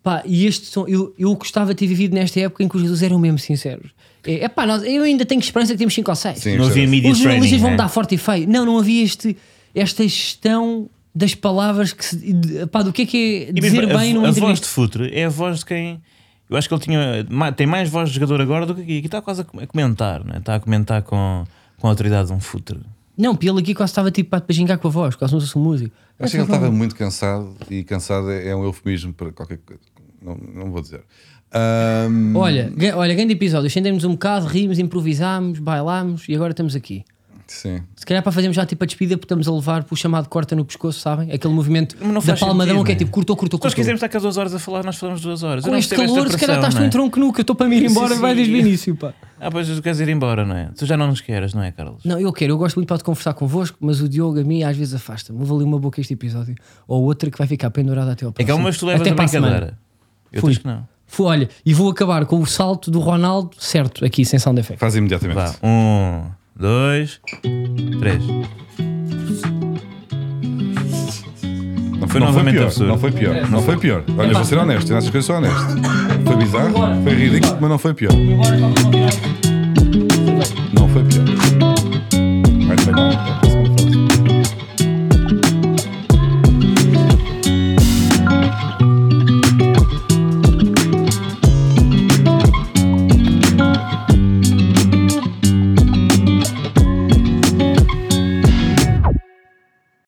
S1: Pá, e este som, eu, eu gostava de ter vivido nesta época em que os jogadores eram mesmo sinceros. É, é pá, nós, eu ainda tenho esperança que temos 5 ou 6.
S2: Sim,
S3: Não havia
S2: certo.
S3: media
S1: Os jornalistas
S3: training,
S1: vão
S3: né?
S1: dar forte e feio. Não, não havia este, esta gestão das palavras que se. de- Pá, do que é que é
S3: E
S1: dizer
S3: mesmo a-
S1: bem
S3: a,
S1: numa
S3: voz de
S1: entrevista?
S3: Futre é a voz de quem. Eu acho que ele tinha, ma- tem mais voz de jogador agora do que aqui. Aqui está quase a com- a comentar, né? está a comentar com, com a autoridade de um Futre.
S1: Não, Pelo aqui quase estava tipo pá, para gingar com a voz, quase não fosse um músico.
S2: Acho que ele estava muito cansado e cansado é é um eufemismo para qualquer coisa. Não, não vou dizer. Ahm,
S1: Olha, gra- olha, grande episódio. Estendemos um bocado, rimos, improvisámos, bailámos e agora estamos aqui.
S2: sim.
S1: Se calhar para fazermos já tipo a despedida, porque estamos a levar para o chamado corta no pescoço, sabem? Aquele movimento
S3: Mas não
S1: da
S3: faz
S1: palma da mão
S3: sentido,
S1: que é
S3: né?
S1: tipo curtou, curtou,
S3: Se nós
S1: curtou.
S3: quisermos estar cá duas horas a falar, nós falamos duas horas. Eu
S1: Com
S3: não
S1: este
S3: quero esta
S1: calor, se calhar
S3: pressão,
S1: estás tu
S3: né?
S1: um tronco nu, que eu estou para me ir embora
S3: sim,
S1: vai
S3: sim.
S1: desde o início, pá.
S3: Ah, pois tu queres ir embora, não é? Tu já não nos queres, não é, Carlos?
S1: Não, eu quero, eu gosto muito para de conversar convosco, mas o Diogo a mim às vezes afasta-me. Vou ali uma boca este episódio ou outra que vai ficar pendurada até ao
S3: É
S1: próximo.
S3: que há umas que tu levas
S1: até
S3: a
S1: para a semana.
S3: brincadeira. Eu
S1: Fui.
S3: acho que não.
S1: Fui, Olha, e vou acabar com o salto do Ronaldo, certo, aqui sem sound effect.
S2: Faz imediatamente.
S3: Vá, um, dois, três.
S2: Não
S3: Foi novamente
S2: pior,
S3: absurdo. É.
S2: Não foi pior. Não foi pior. Olha, vou ser honesto. Nessas coisas sou honesto. Foi bizarro, foi ridículo, mas não foi pior.
S1: Embora,